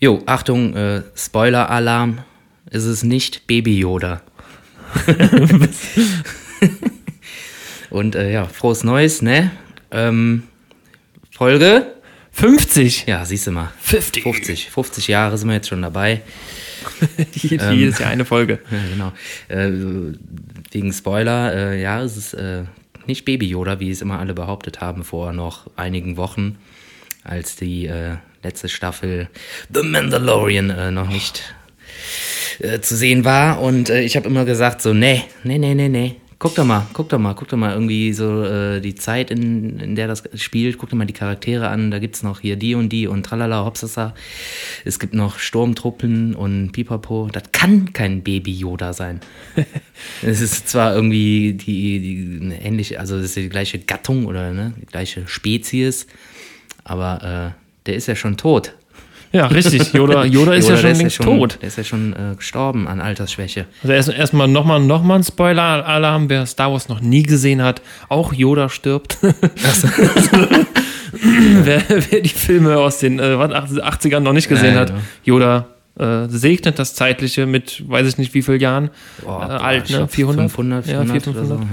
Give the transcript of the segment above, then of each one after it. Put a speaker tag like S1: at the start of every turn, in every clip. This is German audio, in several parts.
S1: Jo, Achtung, äh, Spoiler-Alarm. Es ist nicht Baby Yoda. Und äh, ja, frohes Neues, ne? Ähm, Folge?
S2: 50.
S1: Ja, siehst du mal.
S2: 50.
S1: 50. 50 Jahre sind wir jetzt schon dabei.
S2: Jedes Jahr eine Folge.
S1: Ja, genau. Äh, wegen Spoiler, äh, ja, es ist äh, nicht Baby Yoda, wie es immer alle behauptet haben vor noch einigen Wochen, als die äh, letzte Staffel The Mandalorian äh, noch nicht äh, zu sehen war. Und äh, ich habe immer gesagt so, nee, nee, nee, nee, nee. Guck doch mal, guck doch mal, guck doch mal irgendwie so äh, die Zeit, in, in der das spielt. Guck doch mal die Charaktere an. Da gibt's noch hier die und die und tralala, hopsasa. Es gibt noch Sturmtruppen und Pipapo. Das kann kein Baby-Yoda sein. es ist zwar irgendwie die, die eine ähnliche, also das ist die gleiche Gattung oder ne, die gleiche Spezies, aber äh, der ist ja schon tot.
S2: Ja, richtig. Yoda, Yoda ist ja
S1: Oder der
S2: schon längst
S1: ja
S2: tot.
S1: Der ist ja schon äh, gestorben an Altersschwäche.
S2: Also erst- erstmal erst nochmal noch mal ein Spoiler-Alarm, wer Star Wars noch nie gesehen hat. Auch Yoda stirbt. wer, wer die Filme aus den äh, was, 80ern noch nicht gesehen
S1: Ja,
S2: hat,
S1: ja.
S2: Yoda äh, segnet das Zeitliche mit weiß ich nicht wie viel Jahren.
S1: Boah,
S2: äh,
S1: boah,
S2: alt,
S1: ich
S2: ne?
S1: glaub,
S2: 400?
S1: 500,
S2: ja,
S1: 400
S2: 400,
S1: oder so.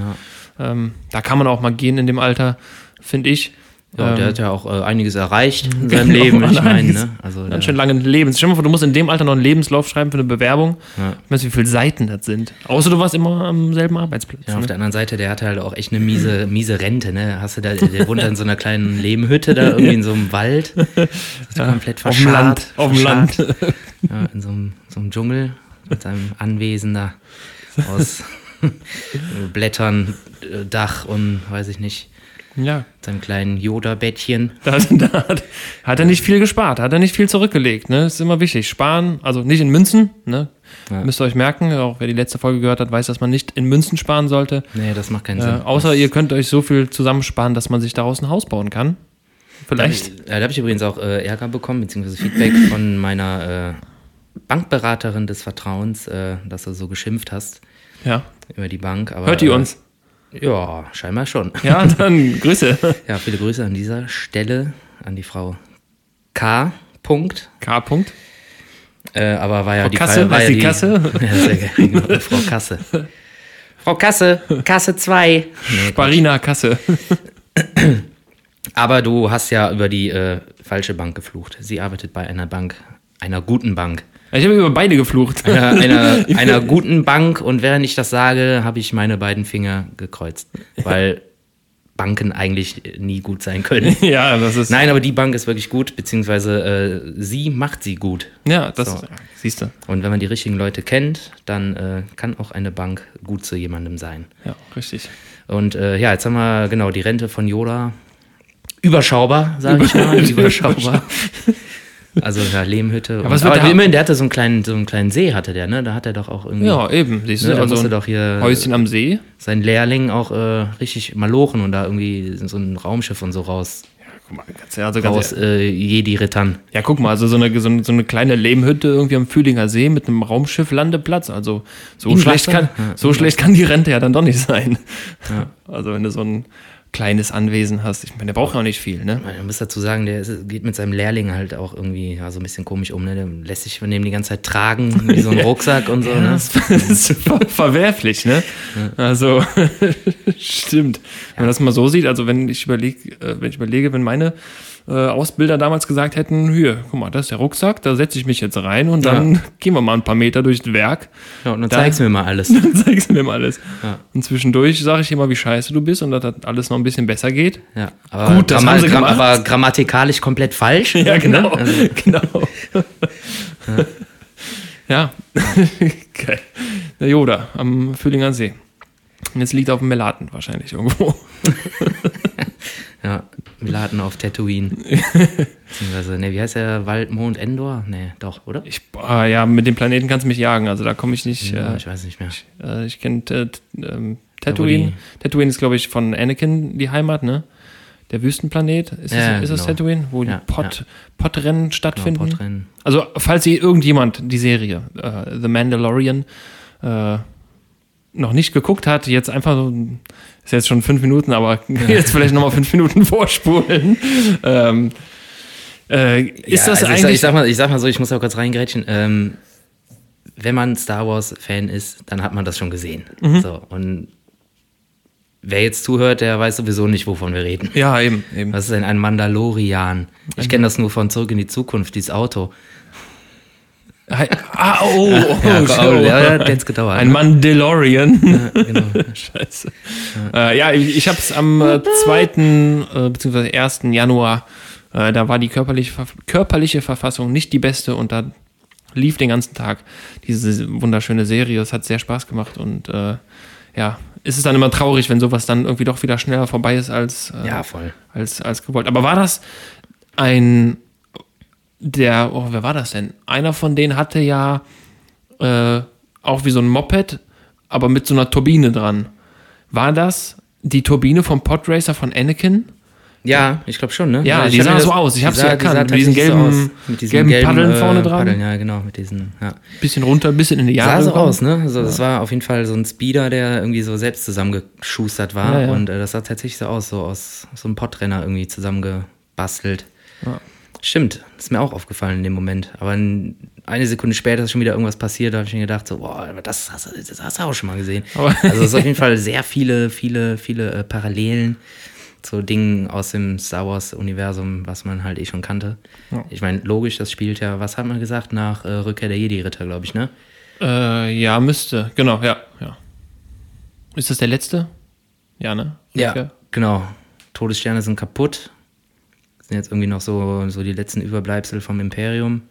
S1: Ja.
S2: Ähm, da kann man auch mal gehen in dem Alter, finde ich.
S1: Ja,
S2: Ähm,
S1: der hat ja auch äh, einiges erreicht in seinem
S2: Genau,
S1: Leben, ich meine,
S2: einiges.
S1: ne? Also der,
S2: Ganz schön langen Lebens. Stell dir mal vor, du musst in dem Alter noch einen Lebenslauf schreiben für eine Bewerbung.
S1: Ja.
S2: Ich weiß, wie viele Seiten das sind. Außer du warst immer am selben Arbeitsplatz.
S1: ja,
S2: ne?
S1: auf der anderen Seite, der hatte halt auch echt eine miese, miese Rente, ne? Hast du da, der wohnt da in so einer kleinen Lehmhütte da irgendwie in so einem Wald. Ist komplett
S2: auf dem
S1: verscharrt.
S2: Land. Auf dem
S1: verscharrt.
S2: Land.
S1: Ja, in so einem, so einem Dschungel mit seinem Anwesen da aus Blättern, äh, Dach und weiß ich nicht,
S2: Ja.
S1: seinem kleinen Yoda-Bettchen.
S2: Da, hat- da hat, hat er nicht viel gespart, hat er nicht viel zurückgelegt. Ne? Ist immer wichtig. Sparen, also nicht in Münzen. Ne?
S1: Ja.
S2: Müsst ihr euch merken, auch wer die letzte Folge gehört hat, weiß, dass man nicht in Münzen sparen sollte.
S1: Nee, das macht keinen
S2: Äh,
S1: Sinn.
S2: außer ihr könnt euch so viel zusammensparen, dass man sich daraus ein Haus bauen kann. Vielleicht.
S1: Da, ja, da habe ich übrigens auch äh, Ärger bekommen, beziehungsweise Feedback von meiner äh, Bankberaterin des Vertrauens, äh, dass du so geschimpft hast
S2: Ja.
S1: über die Bank. Aber,
S2: Hört ihr uns?
S1: Äh, ja, scheinbar schon.
S2: Ja, dann Grüße.
S1: Ja, viele Grüße an dieser Stelle an die Frau K. Punkt.
S2: K. -Punkt.
S1: Äh, aber war ja die Frage,
S2: Kasse?
S1: war
S2: Heißt
S1: ja
S2: die Kasse?
S1: Ja, sehr geil. Genau, Frau Kasse. Frau Kasse, Kasse 2.
S2: Barina Kasse.
S1: Aber du hast ja über die äh, falsche Bank geflucht. Sie arbeitet bei einer Bank, einer guten Bank.
S2: Ich habe über beide geflucht.
S1: Einer, einer, einer guten Bank und während ich das sage, habe ich meine beiden Finger gekreuzt, weil Banken eigentlich nie gut sein können.
S2: Ja, das ist.
S1: Nein, aber die Bank ist wirklich gut, beziehungsweise äh, sie macht sie gut.
S2: Ja, das
S1: So.
S2: siehst du.
S1: Und wenn man die richtigen Leute kennt, dann äh, kann auch eine Bank gut zu jemandem sein.
S2: Ja, richtig.
S1: Und äh, ja, jetzt haben wir genau die Rente von Yoda. Überschaubar, sage ich mal. Überschaubar. Also ja, Lehmhütte.
S2: was
S1: und,
S2: wird
S1: aber
S2: der-
S1: immerhin, der hatte so einen kleinen, so einen kleinen See hatte der, ne? Da hat er doch auch irgendwie.
S2: Ja, eben. Siehst du,
S1: Ne, da
S2: also
S1: musste doch hier
S2: Häuschen am See.
S1: sein Lehrling auch äh, richtig malochen und da irgendwie so ein Raumschiff und so raus,
S2: Guck mal, ganz, also ganz
S1: raus äh, Jedi-Rittern.
S2: Ja, guck mal, also so eine, so eine, so eine kleine Lehmhütte irgendwie am Fühlinger See mit einem Raumschiff-Landeplatz. Also so
S1: Im
S2: schlecht
S1: Wasser?
S2: kann, so schlecht kann die Rente ja dann doch nicht sein. Also wenn du so ein kleines Anwesen hast, ich meine, der braucht ja auch nicht viel, ne?
S1: Man muss dazu sagen, der ist, geht mit seinem Lehrling halt auch irgendwie ja, so ein bisschen komisch um. Ne? Der lässt sich von dem die ganze Zeit tragen, wie so ein Rucksack und so. Ne?
S2: Das, ist ver verwerflich, ne? Also stimmt. Wenn man das mal so sieht, also wenn ich überlege, äh, wenn ich überlege, wenn meine äh, Ausbilder damals gesagt hätten, hier, guck mal, das ist der Rucksack, da setze ich mich jetzt rein und dann gehen wir mal ein paar Meter durchs Werk.
S1: Ja, und dann
S2: Da-
S1: zeig's mir mal alles.
S2: Dann zeigst du mir mal alles. Und zwischendurch sage ich immer, wie scheiße du bist und dass das alles noch ein bisschen besser geht.
S1: Ja, aber,
S2: Gut, das haben sie gemacht.
S1: aber grammatikalisch komplett falsch.
S2: Ja, genau.
S1: Ne?
S2: genau. ja. Geil. Der Yoda am Fühlinger See. Und jetzt liegt er auf dem Melaten wahrscheinlich irgendwo.
S1: Ja, wir laden auf Tatooine. Beziehungsweise, ne, wie heißt der? Wald, Mond, Endor? Ne, doch, oder?
S2: Ich, ah, ja, mit dem Planeten kannst du mich jagen. Also da komme ich nicht.
S1: Ja,
S2: äh,
S1: ich weiß nicht mehr.
S2: äh, ich kenne äh, t- ähm,
S1: wo
S2: Tatooine. Tatooine ist, glaube ich, von Anakin die Heimat, ne? Der Wüstenplanet. Ist,
S1: Ja,
S2: das, ist das
S1: genau.
S2: Tatooine, wo
S1: Ja, Genau,
S2: die Pot, Potrennen stattfinden?
S1: Portrennen.
S2: Also, falls ihr irgendjemand die Serie äh, The Mandalorian äh, noch nicht geguckt hat, jetzt einfach so, ist jetzt schon fünf Minuten, aber jetzt vielleicht nochmal fünf Minuten vorspulen. Ähm, Äh, ist
S1: Ja, also
S2: das
S1: ich, sag-
S2: eigentlich.
S1: ich, sag mal, ich sag mal so, ich muss auch kurz reingrätschen. Ähm, wenn man Star Wars-Fan ist, dann hat man das schon gesehen.
S2: Mhm.
S1: So, und wer jetzt zuhört, der weiß sowieso nicht, wovon wir reden.
S2: ja, eben. eben.
S1: Was ist denn ein Mandalorian? Ich
S2: Mhm.
S1: kenne das nur von Zurück in die Zukunft, dieses Auto.
S2: Hi- Ah, oh, oh,
S1: Ja,
S2: oh,
S1: oh, ja, ja, hat's gedauert. ne?
S2: Ein Mandalorian.
S1: Genau.
S2: Scheiße. Äh, ja, ich, ich habe es am äh, 2. Äh, bzw. 1. Januar, äh, da war die körperliche, Ver- körperliche Verfassung nicht die beste und da lief den ganzen Tag diese wunderschöne Serie. Es hat sehr Spaß gemacht und äh, ja, ist es dann immer traurig, wenn sowas dann irgendwie doch wieder schneller vorbei ist als, äh,
S1: Ja, voll.
S2: als, als gewollt. Aber war das ein der, oh, wer war das denn? Einer von denen hatte ja äh, auch wie so ein Moped, aber mit so einer Turbine dran. War das die Turbine vom Podracer von Anakin?
S1: Ja, ich glaube schon, ne?
S2: Ja,
S1: ich
S2: die
S1: hab
S2: sah
S1: mir das-
S2: so aus. Ich
S1: die
S2: hab sie
S1: sah- die
S2: erkannt.
S1: sah
S2: Mit diesen
S1: tatsächlich
S2: gelben-
S1: aus. Mit diesen
S2: gelben Paddeln
S1: äh,
S2: vorne dran.
S1: Paddeln, ja, genau, mit diesen, ja.
S2: Bisschen runter, bisschen in die Jahre.
S1: sah so
S2: gekommen.
S1: aus, ne? Also das war auf jeden Fall so ein Speeder, der irgendwie so selbst zusammengeschustert war.
S2: Ja, ja.
S1: Und äh, das sah tatsächlich so aus, so aus so einem Pottrenner irgendwie zusammengebastelt. Stimmt, ist mir auch aufgefallen in dem Moment. Aber n- eine Sekunde später ist schon wieder irgendwas passiert, da habe ich mir gedacht, so, boah, aber das, hast du- das hast du auch schon mal gesehen.
S2: Aber-
S1: also es ist auf jeden Fall sehr viele, viele, viele äh, Parallelen zu Dingen aus dem Star Wars-Universum, was man halt eh schon kannte. Ich meine, logisch, das spielt ja, was hat man gesagt, nach äh, Rückkehr der Jedi-Ritter, glaube ich, ne?
S2: Äh, ja, müsste. Genau, ja, ja. Ist das der letzte? Ja, ne?
S1: Ja,
S2: Rückkehr?
S1: genau. Todessterne sind kaputt. Sind jetzt irgendwie noch so, so die letzten Überbleibsel vom Imperium.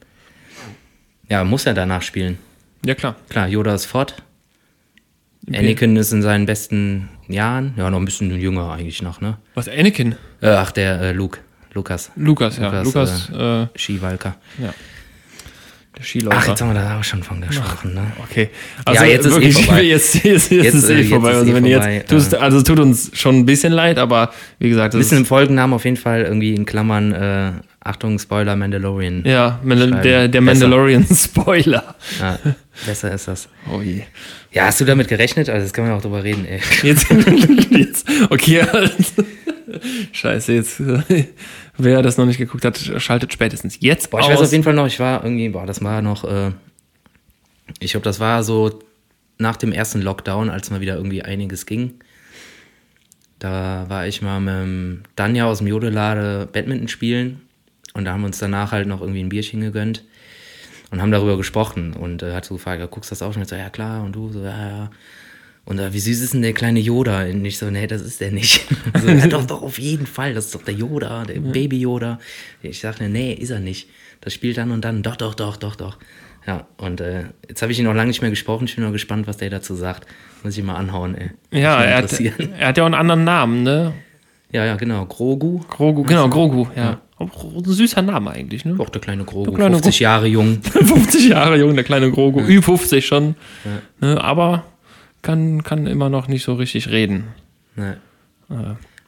S1: Ja, muss ja danach spielen.
S2: Ja, klar.
S1: Klar, Yoda ist fort. Anakin ist in seinen besten Jahren. Ja, noch ein bisschen jünger eigentlich noch, ne?
S2: Was, Anakin?
S1: Äh, ach, der äh, Luke. Lukas.
S2: Lukas, ja.
S1: Lukas,
S2: Lukas, äh,
S1: Skiwalker.
S2: der
S1: Ach,
S2: Skiläufer.
S1: jetzt haben wir da auch schon von gesprochen, ne?
S2: Okay. Also
S1: Ja, jetzt ist eh vorbei.
S2: Jetzt, jetzt, jetzt, ist es
S1: äh,
S2: eh
S1: jetzt
S2: vorbei.
S1: ist
S2: Also,
S1: eh
S2: wenn ihr
S1: vorbei,
S2: jetzt, tust, also es tut uns schon ein bisschen leid, aber wie gesagt, das
S1: Bisschen
S2: ist,
S1: im Folgennamen auf jeden Fall irgendwie in Klammern, äh, Achtung, Spoiler, Mandalorian.
S2: ja, Mandal-
S1: schreiben.
S2: der, der
S1: Besser.
S2: Mandalorian-Spoiler.
S1: Ja, besser ist das.
S2: Oh je.
S1: Ja, hast du damit gerechnet? Also, jetzt können wir noch drüber reden, ey.
S2: Jetzt, jetzt okay. Scheiße, jetzt. äh, Wer das noch nicht geguckt hat, schaltet spätestens jetzt
S1: Boah, ich
S2: aus.
S1: weiß auf jeden Fall noch, ich war irgendwie, boah, das war noch, äh, ich glaube, das war so nach dem ersten Lockdown, als mal wieder irgendwie einiges ging. Da war ich mal mit dem Danja aus dem Jodelade Badminton spielen und da haben wir uns danach halt noch irgendwie ein Bierchen gegönnt und haben darüber gesprochen und äh, hat so gefragt, ja, guckst du das auch schon? Ich so, ja klar, und du so, ja, ja. Und äh, wie süß ist denn der kleine Yoda? Und ich so, nee, das ist der nicht. So, ja, doch, doch, auf jeden Fall. Das ist doch der Yoda, der Baby Yoda. Ich sagte, nee, ist er nicht. Das spielt dann und dann. Doch, doch, doch, doch, doch. Ja, und äh, jetzt habe ich ihn noch lange nicht mehr gesprochen. Ich bin nur gespannt, was der dazu sagt. Muss ich ihn mal anhauen, ey.
S2: ja,
S1: Mich
S2: er hat,
S1: interessieren.
S2: er hat ja auch einen anderen Namen, ne?
S1: Ja, ja, genau. Grogu.
S2: Grogu, genau, Grogu, ja. Auch ein süßer Name eigentlich, ne?
S1: Doch, der kleine Grogu.
S2: kleine
S1: 50 Jahre jung.
S2: 50 Jahre jung, der kleine Grogu, Ü50 schon. Ne, aber kann, kann immer noch nicht so richtig reden.
S1: Ne.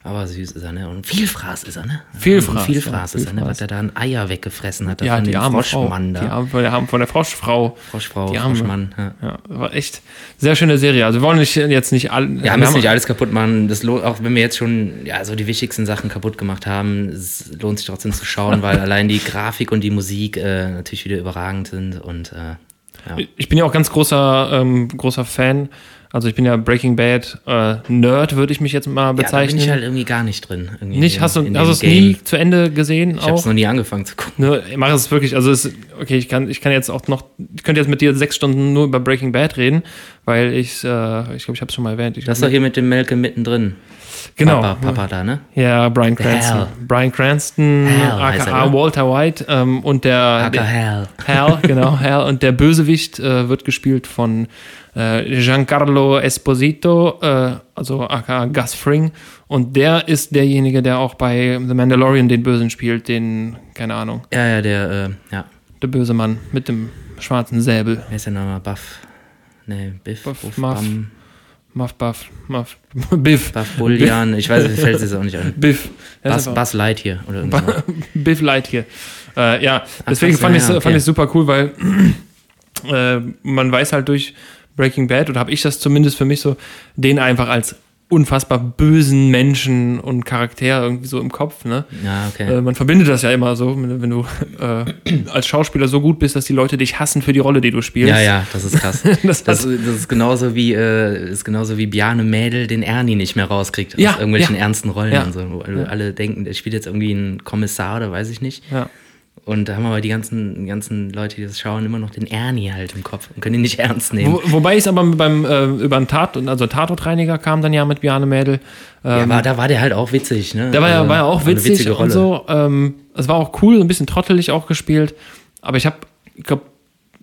S1: Aber süß ist er, ne? Und Vielfraß ist er, ne?
S2: Vielfraß,
S1: Und Vielfraß
S2: ja,
S1: ist er, ne?
S2: Vielfraß.
S1: Was er da an Eier weggefressen hat. da
S2: Ja,
S1: von
S2: die
S1: dem
S2: arme Frau.
S1: Froschmann
S2: Die
S1: da.
S2: arme, von der arme von der Froschfrau.
S1: Froschfrau,
S2: die arme.
S1: Froschmann. Ja.
S2: Ja, war echt sehr schöne Serie. Also wir wollen nicht, jetzt nicht alle.
S1: Ja, müssen nicht alles kaputt machen. Das lohnt, auch wenn wir jetzt schon ja, so die wichtigsten Sachen kaputt gemacht haben, es lohnt sich trotzdem zu schauen, weil allein die Grafik und die Musik äh, natürlich wieder überragend sind. Und äh, ja.
S2: Ich bin ja auch ganz großer, ähm, großer Fan. Also ich bin ja Breaking Bad äh, Nerd, würde ich mich jetzt mal
S1: ja, da bin
S2: bezeichnen.
S1: ich halt irgendwie gar nicht drin. Irgendwie
S2: nicht,
S1: in-
S2: hast du,
S1: in
S2: hast du
S1: dem
S2: es
S1: Game.
S2: nie zu Ende gesehen?
S1: Ich habe
S2: auch?
S1: es noch nie angefangen zu gucken.
S2: Ne, mach es wirklich, also es, okay, ich kann, ich kann jetzt auch noch, ich könnte jetzt mit dir sechs Stunden nur über Breaking Bad reden, weil ich, äh, ich glaube, ich habe es schon mal erwähnt. Ich,
S1: Das ist doch hier mit dem Melke mittendrin.
S2: genau.
S1: Papa, Papa da, ne?
S2: Ja, Brian
S1: Hell.
S2: Cranston. Brian Cranston,
S1: Hell heißt er,
S2: aka
S1: ne?
S2: Walter White ähm, und der,
S1: Aka
S2: der
S1: Hell.
S2: Hell, genau, Hell. Und der Bösewicht äh, wird gespielt von äh, Giancarlo Esposito, äh, also aka Gus Fring. Und der ist derjenige, der auch bei The Mandalorian den Bösen spielt, den, keine Ahnung,
S1: Ja, ja, der, äh, ja.
S2: der böse Mann mit dem schwarzen Säbel.
S1: Wer ist der Name? Buff. Ne, Biff.
S2: Buff,
S1: Buff,
S2: Muff.
S1: Bam,
S2: Muff, Buff, Muff, Biff.
S1: Buff, Bullian. Ich weiß, mir fällt es jetzt auch nicht an.
S2: Biff. Er ist
S1: Bass,
S2: einfach-
S1: Bass Light hier. Oder irgendwas.
S2: Biff Light hier. Äh, ja, deswegen
S1: krass,
S2: fand
S1: ja,
S2: ich es
S1: ja, okay.
S2: fand ich's super cool, weil äh, man weiß halt durch Breaking Bad, oder habe ich das zumindest für mich so, den einfach als unfassbar bösen Menschen und Charakter irgendwie so im Kopf. Ne?
S1: Ja, okay.
S2: Äh, man verbindet das ja immer so, wenn wenn du äh, als Schauspieler so gut bist, dass die Leute dich hassen für die Rolle, die du spielst.
S1: Ja, ja, das ist krass.
S2: Das
S1: das,
S2: hat-
S1: das ist genauso wie äh, ist genauso wie Bjarne Mädel den Ernie nicht mehr rauskriegt aus
S2: Ja,
S1: irgendwelchen
S2: ja.
S1: ernsten Rollen
S2: Ja.
S1: und so. Wo alle-
S2: Ja.
S1: Alle denken, der spielt jetzt irgendwie einen Kommissar oder weiß ich nicht.
S2: Ja.
S1: Und da haben aber die ganzen, ganzen Leute, die das schauen, immer noch den Ernie halt im Kopf und können ihn nicht ernst nehmen.
S2: Wo, wobei ich es aber beim äh, über einen Tat, also Tatortreiniger kam dann ja mit Bjarne Mädel. Ähm,
S1: ja, war, da war der halt auch witzig, ne?
S2: Der war ja,
S1: Also,
S2: war ja auch
S1: eine
S2: witzig
S1: witzige
S2: und
S1: Rolle.
S2: so. Ähm, es war auch cool, so ein bisschen trottelig auch gespielt. Aber ich habe, ich glaube,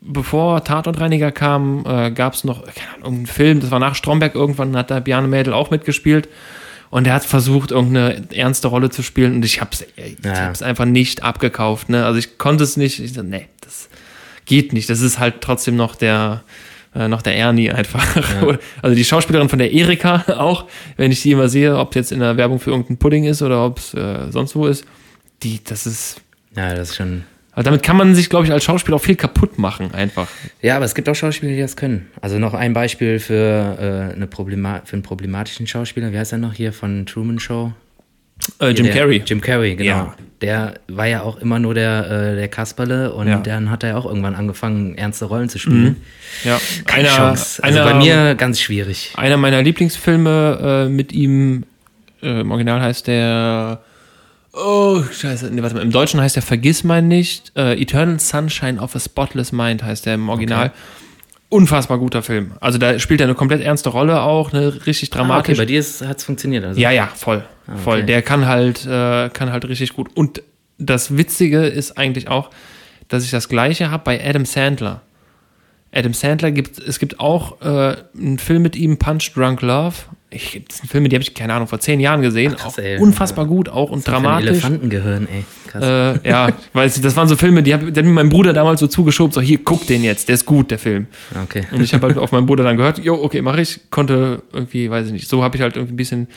S2: bevor Tatortreiniger kam, äh, gab es noch keine Ahnung, irgendeinen Film, das war nach Stromberg irgendwann, hat da Bjarne Mädel auch mitgespielt. Und er hat versucht, irgendeine ernste Rolle zu spielen. Und ich habe es ich
S1: Ja.
S2: hab's einfach nicht abgekauft. Ne? Also ich konnte es nicht. Ich so, nee, das geht nicht. Das ist halt trotzdem noch der äh, noch der Ernie einfach. Also die Schauspielerin von der Erika auch, wenn ich die immer sehe, ob es jetzt in der Werbung für irgendeinen Pudding ist oder ob es äh, sonst wo ist, die, das ist,
S1: Ja, das ist schon.
S2: also damit kann man sich, glaube ich, als Schauspieler auch viel kaputt machen einfach.
S1: Ja, aber es gibt auch Schauspieler, die das können. Also noch ein Beispiel für, äh, eine Problema für einen problematischen Schauspieler. Wie heißt er noch hier von Truman Show?
S2: Äh, Jim
S1: der,
S2: Carrey.
S1: Jim Carrey, genau.
S2: Ja.
S1: Der war ja auch immer nur der, äh, der Kasperle und
S2: Ja. Mhm.
S1: dann hat er ja auch irgendwann angefangen, ernste Rollen zu spielen.
S2: ja.
S1: Keine Chance. Also bei mir ganz schwierig.
S2: Einer meiner Lieblingsfilme äh, mit ihm, äh, im Original heißt der, oh, scheiße, nee, warte mal, im Deutschen heißt der Vergiss mein nicht, äh, Eternal Sunshine of a Spotless Mind heißt der im Original. Unfassbar guter Film. Also da spielt er eine komplett ernste Rolle auch, eine richtig
S1: Ah, okay,
S2: dramatisch.
S1: bei dir hat es funktioniert. Also.
S2: ja, ja, voll, voll. Der kann halt, äh, kann halt richtig gut. Und das Witzige ist eigentlich auch, dass ich das Gleiche habe bei Adam Sandler. Adam Sandler gibt, es gibt auch äh, einen Film mit ihm, Punch Drunk Love. Ich, das sind Filme, die habe ich, keine Ahnung, vor zehn Jahren gesehen.
S1: krass,
S2: auch
S1: ey.
S2: unfassbar gut, auch und
S1: Dramatisch.
S2: dramatisch.
S1: Elefantengehirn, ey. Krass.
S2: Äh, ja, weil es- das waren so Filme, die hat mir mein Bruder damals so zugeschoben, so hier, guck den jetzt, der ist gut, der Film.
S1: okay.
S2: Und ich habe halt auf meinem Bruder dann gehört, jo, okay, mache ich. Konnte irgendwie, weiß ich nicht, so habe ich halt irgendwie ein bisschen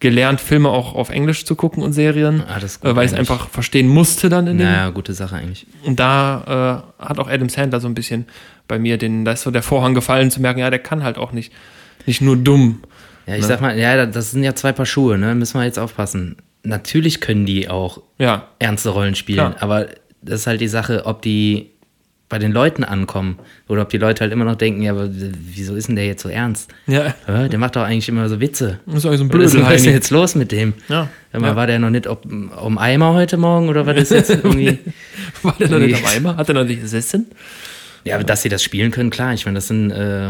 S2: gelernt, Filme auch auf Englisch zu gucken und Serien,
S1: Ah, das ist gut
S2: äh, weil ich es
S1: eigentlich.
S2: einfach verstehen musste dann in
S1: Naja, gute Sache eigentlich.
S2: dem. Und da äh, hat auch Adam Sandler so ein bisschen bei mir den, da ist so der Vorhang gefallen zu merken, ja, der kann halt auch nicht, nicht nur dumm.
S1: Ja,
S2: Ne?
S1: ich sag mal, ja, das sind ja zwei Paar Schuhe, ne? Müssen wir jetzt aufpassen. Natürlich können die auch
S2: Ja,
S1: ernste Rollen spielen,
S2: Klar.
S1: aber das ist halt die Sache, ob die bei den Leuten ankommen oder ob die Leute halt immer noch denken, ja, aber w- wieso ist denn der jetzt so ernst?
S2: ja,
S1: Hä, Der macht doch eigentlich immer so Witze.
S2: das ist eigentlich
S1: Was
S2: so ein
S1: ist
S2: blödes
S1: was ist denn
S2: Heini.
S1: jetzt los mit dem?
S2: Ja,
S1: Hör mal,
S2: ja.
S1: War der noch nicht ob, um Eimer heute Morgen oder war das jetzt irgendwie?
S2: War der noch nicht
S1: Nee.
S2: am Eimer? Hat er noch nicht gesessen?
S1: ja, aber dass sie das spielen können, klar. Ich meine, das sind äh,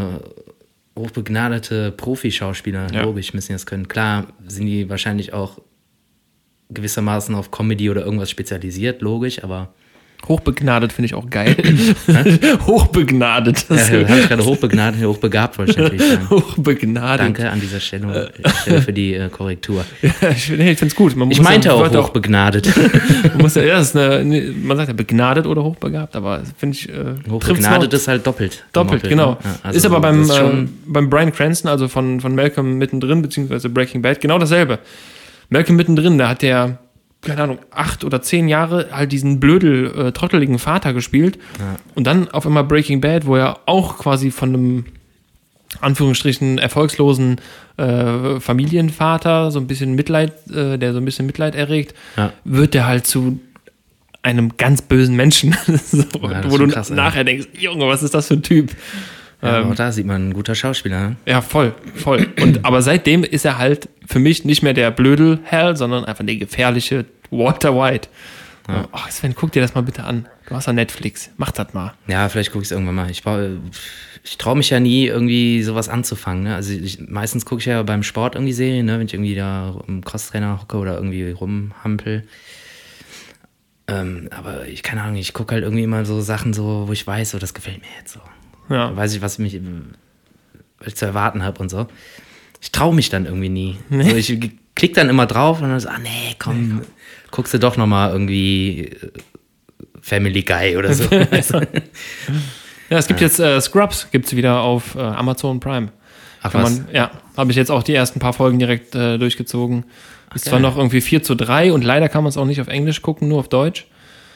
S1: hochbegnadete Profi-Schauspieler,
S2: Ja.
S1: logisch, müssen die das können. Klar sind die wahrscheinlich auch gewissermaßen auf Comedy oder irgendwas spezialisiert, logisch, aber
S2: Hochbegnadet finde ich auch geil. Hochbegnadet. Das
S1: Ja, habe ich gerade hochbegnadet, hochbegabt wollte ich natürlich sagen.
S2: Hochbegnadet.
S1: Danke an dieser Stelle, Stelle für die äh, Korrektur.
S2: Ich, nee, ich finde es gut. Man
S1: Ich
S2: muss
S1: meinte
S2: ja,
S1: auch
S2: Wörter
S1: hochbegnadet.
S2: man, muss ja, ja, das ist eine, ne, man sagt ja begnadet oder hochbegabt, aber finde ich. Äh, trifft's noch
S1: Hochbegnadet ist halt doppelt.
S2: doppelt,
S1: gemoppelt,
S2: genau.
S1: ne? Ja, also
S2: ist aber beim,
S1: das ist schon,
S2: ähm, beim Brian Cranston, also von, von Malcolm mittendrin, beziehungsweise Breaking Bad, genau dasselbe. Malcolm mittendrin, da hat der, keine Ahnung, acht oder zehn Jahre halt diesen blödel, äh, trotteligen Vater gespielt. Und dann auf einmal Breaking Bad, wo er auch quasi von einem Anführungsstrichen erfolgslosen äh, Familienvater, so ein bisschen Mitleid, äh, der so ein bisschen Mitleid erregt,
S1: Ja.
S2: wird der halt zu einem ganz bösen Menschen, so,
S1: das ist
S2: wo
S1: schon
S2: du
S1: krass, ey.
S2: nachher denkst, Junge, was ist das für ein Typ?
S1: ja,
S2: ähm,
S1: auch da sieht man, ein guter Schauspieler. ne?
S2: Ja, voll, voll. Und aber seitdem ist er halt für mich nicht mehr der blödel Hell, sondern einfach der gefährliche Walter White. Ach, Sven, guck dir das mal bitte an. Du hast ja Netflix. Mach das mal.
S1: Ja, vielleicht gucke ich es irgendwann mal. Ich, brau- ich traue mich ja nie, irgendwie sowas anzufangen. Ne? Also ich, meistens gucke ich ja beim Sport irgendwie Serien, ne? wenn ich irgendwie da im Crosstrainer hocke oder irgendwie rumhampel. Ähm, aber ich keine Ahnung, ich gucke halt irgendwie immer so Sachen, so, wo ich weiß, so, das gefällt mir jetzt so.
S2: Ja.
S1: Weiß ich, was mich was ich zu erwarten habe und so. Ich traue mich dann irgendwie nie. So, ich klick dann immer drauf und dann so, ah nee, komm, guckst du doch nochmal irgendwie äh, Family Guy oder so. Also, Weißt du?
S2: Ja, es gibt jetzt äh, Scrubs, gibt's wieder auf äh, Amazon Prime.
S1: Ach
S2: Kann
S1: was.
S2: man, ja, habe ich jetzt auch die ersten paar Folgen direkt äh, durchgezogen. Ist zwar
S1: geil.
S2: noch irgendwie 4 zu 3 und leider kann man es auch nicht auf Englisch gucken, nur auf Deutsch.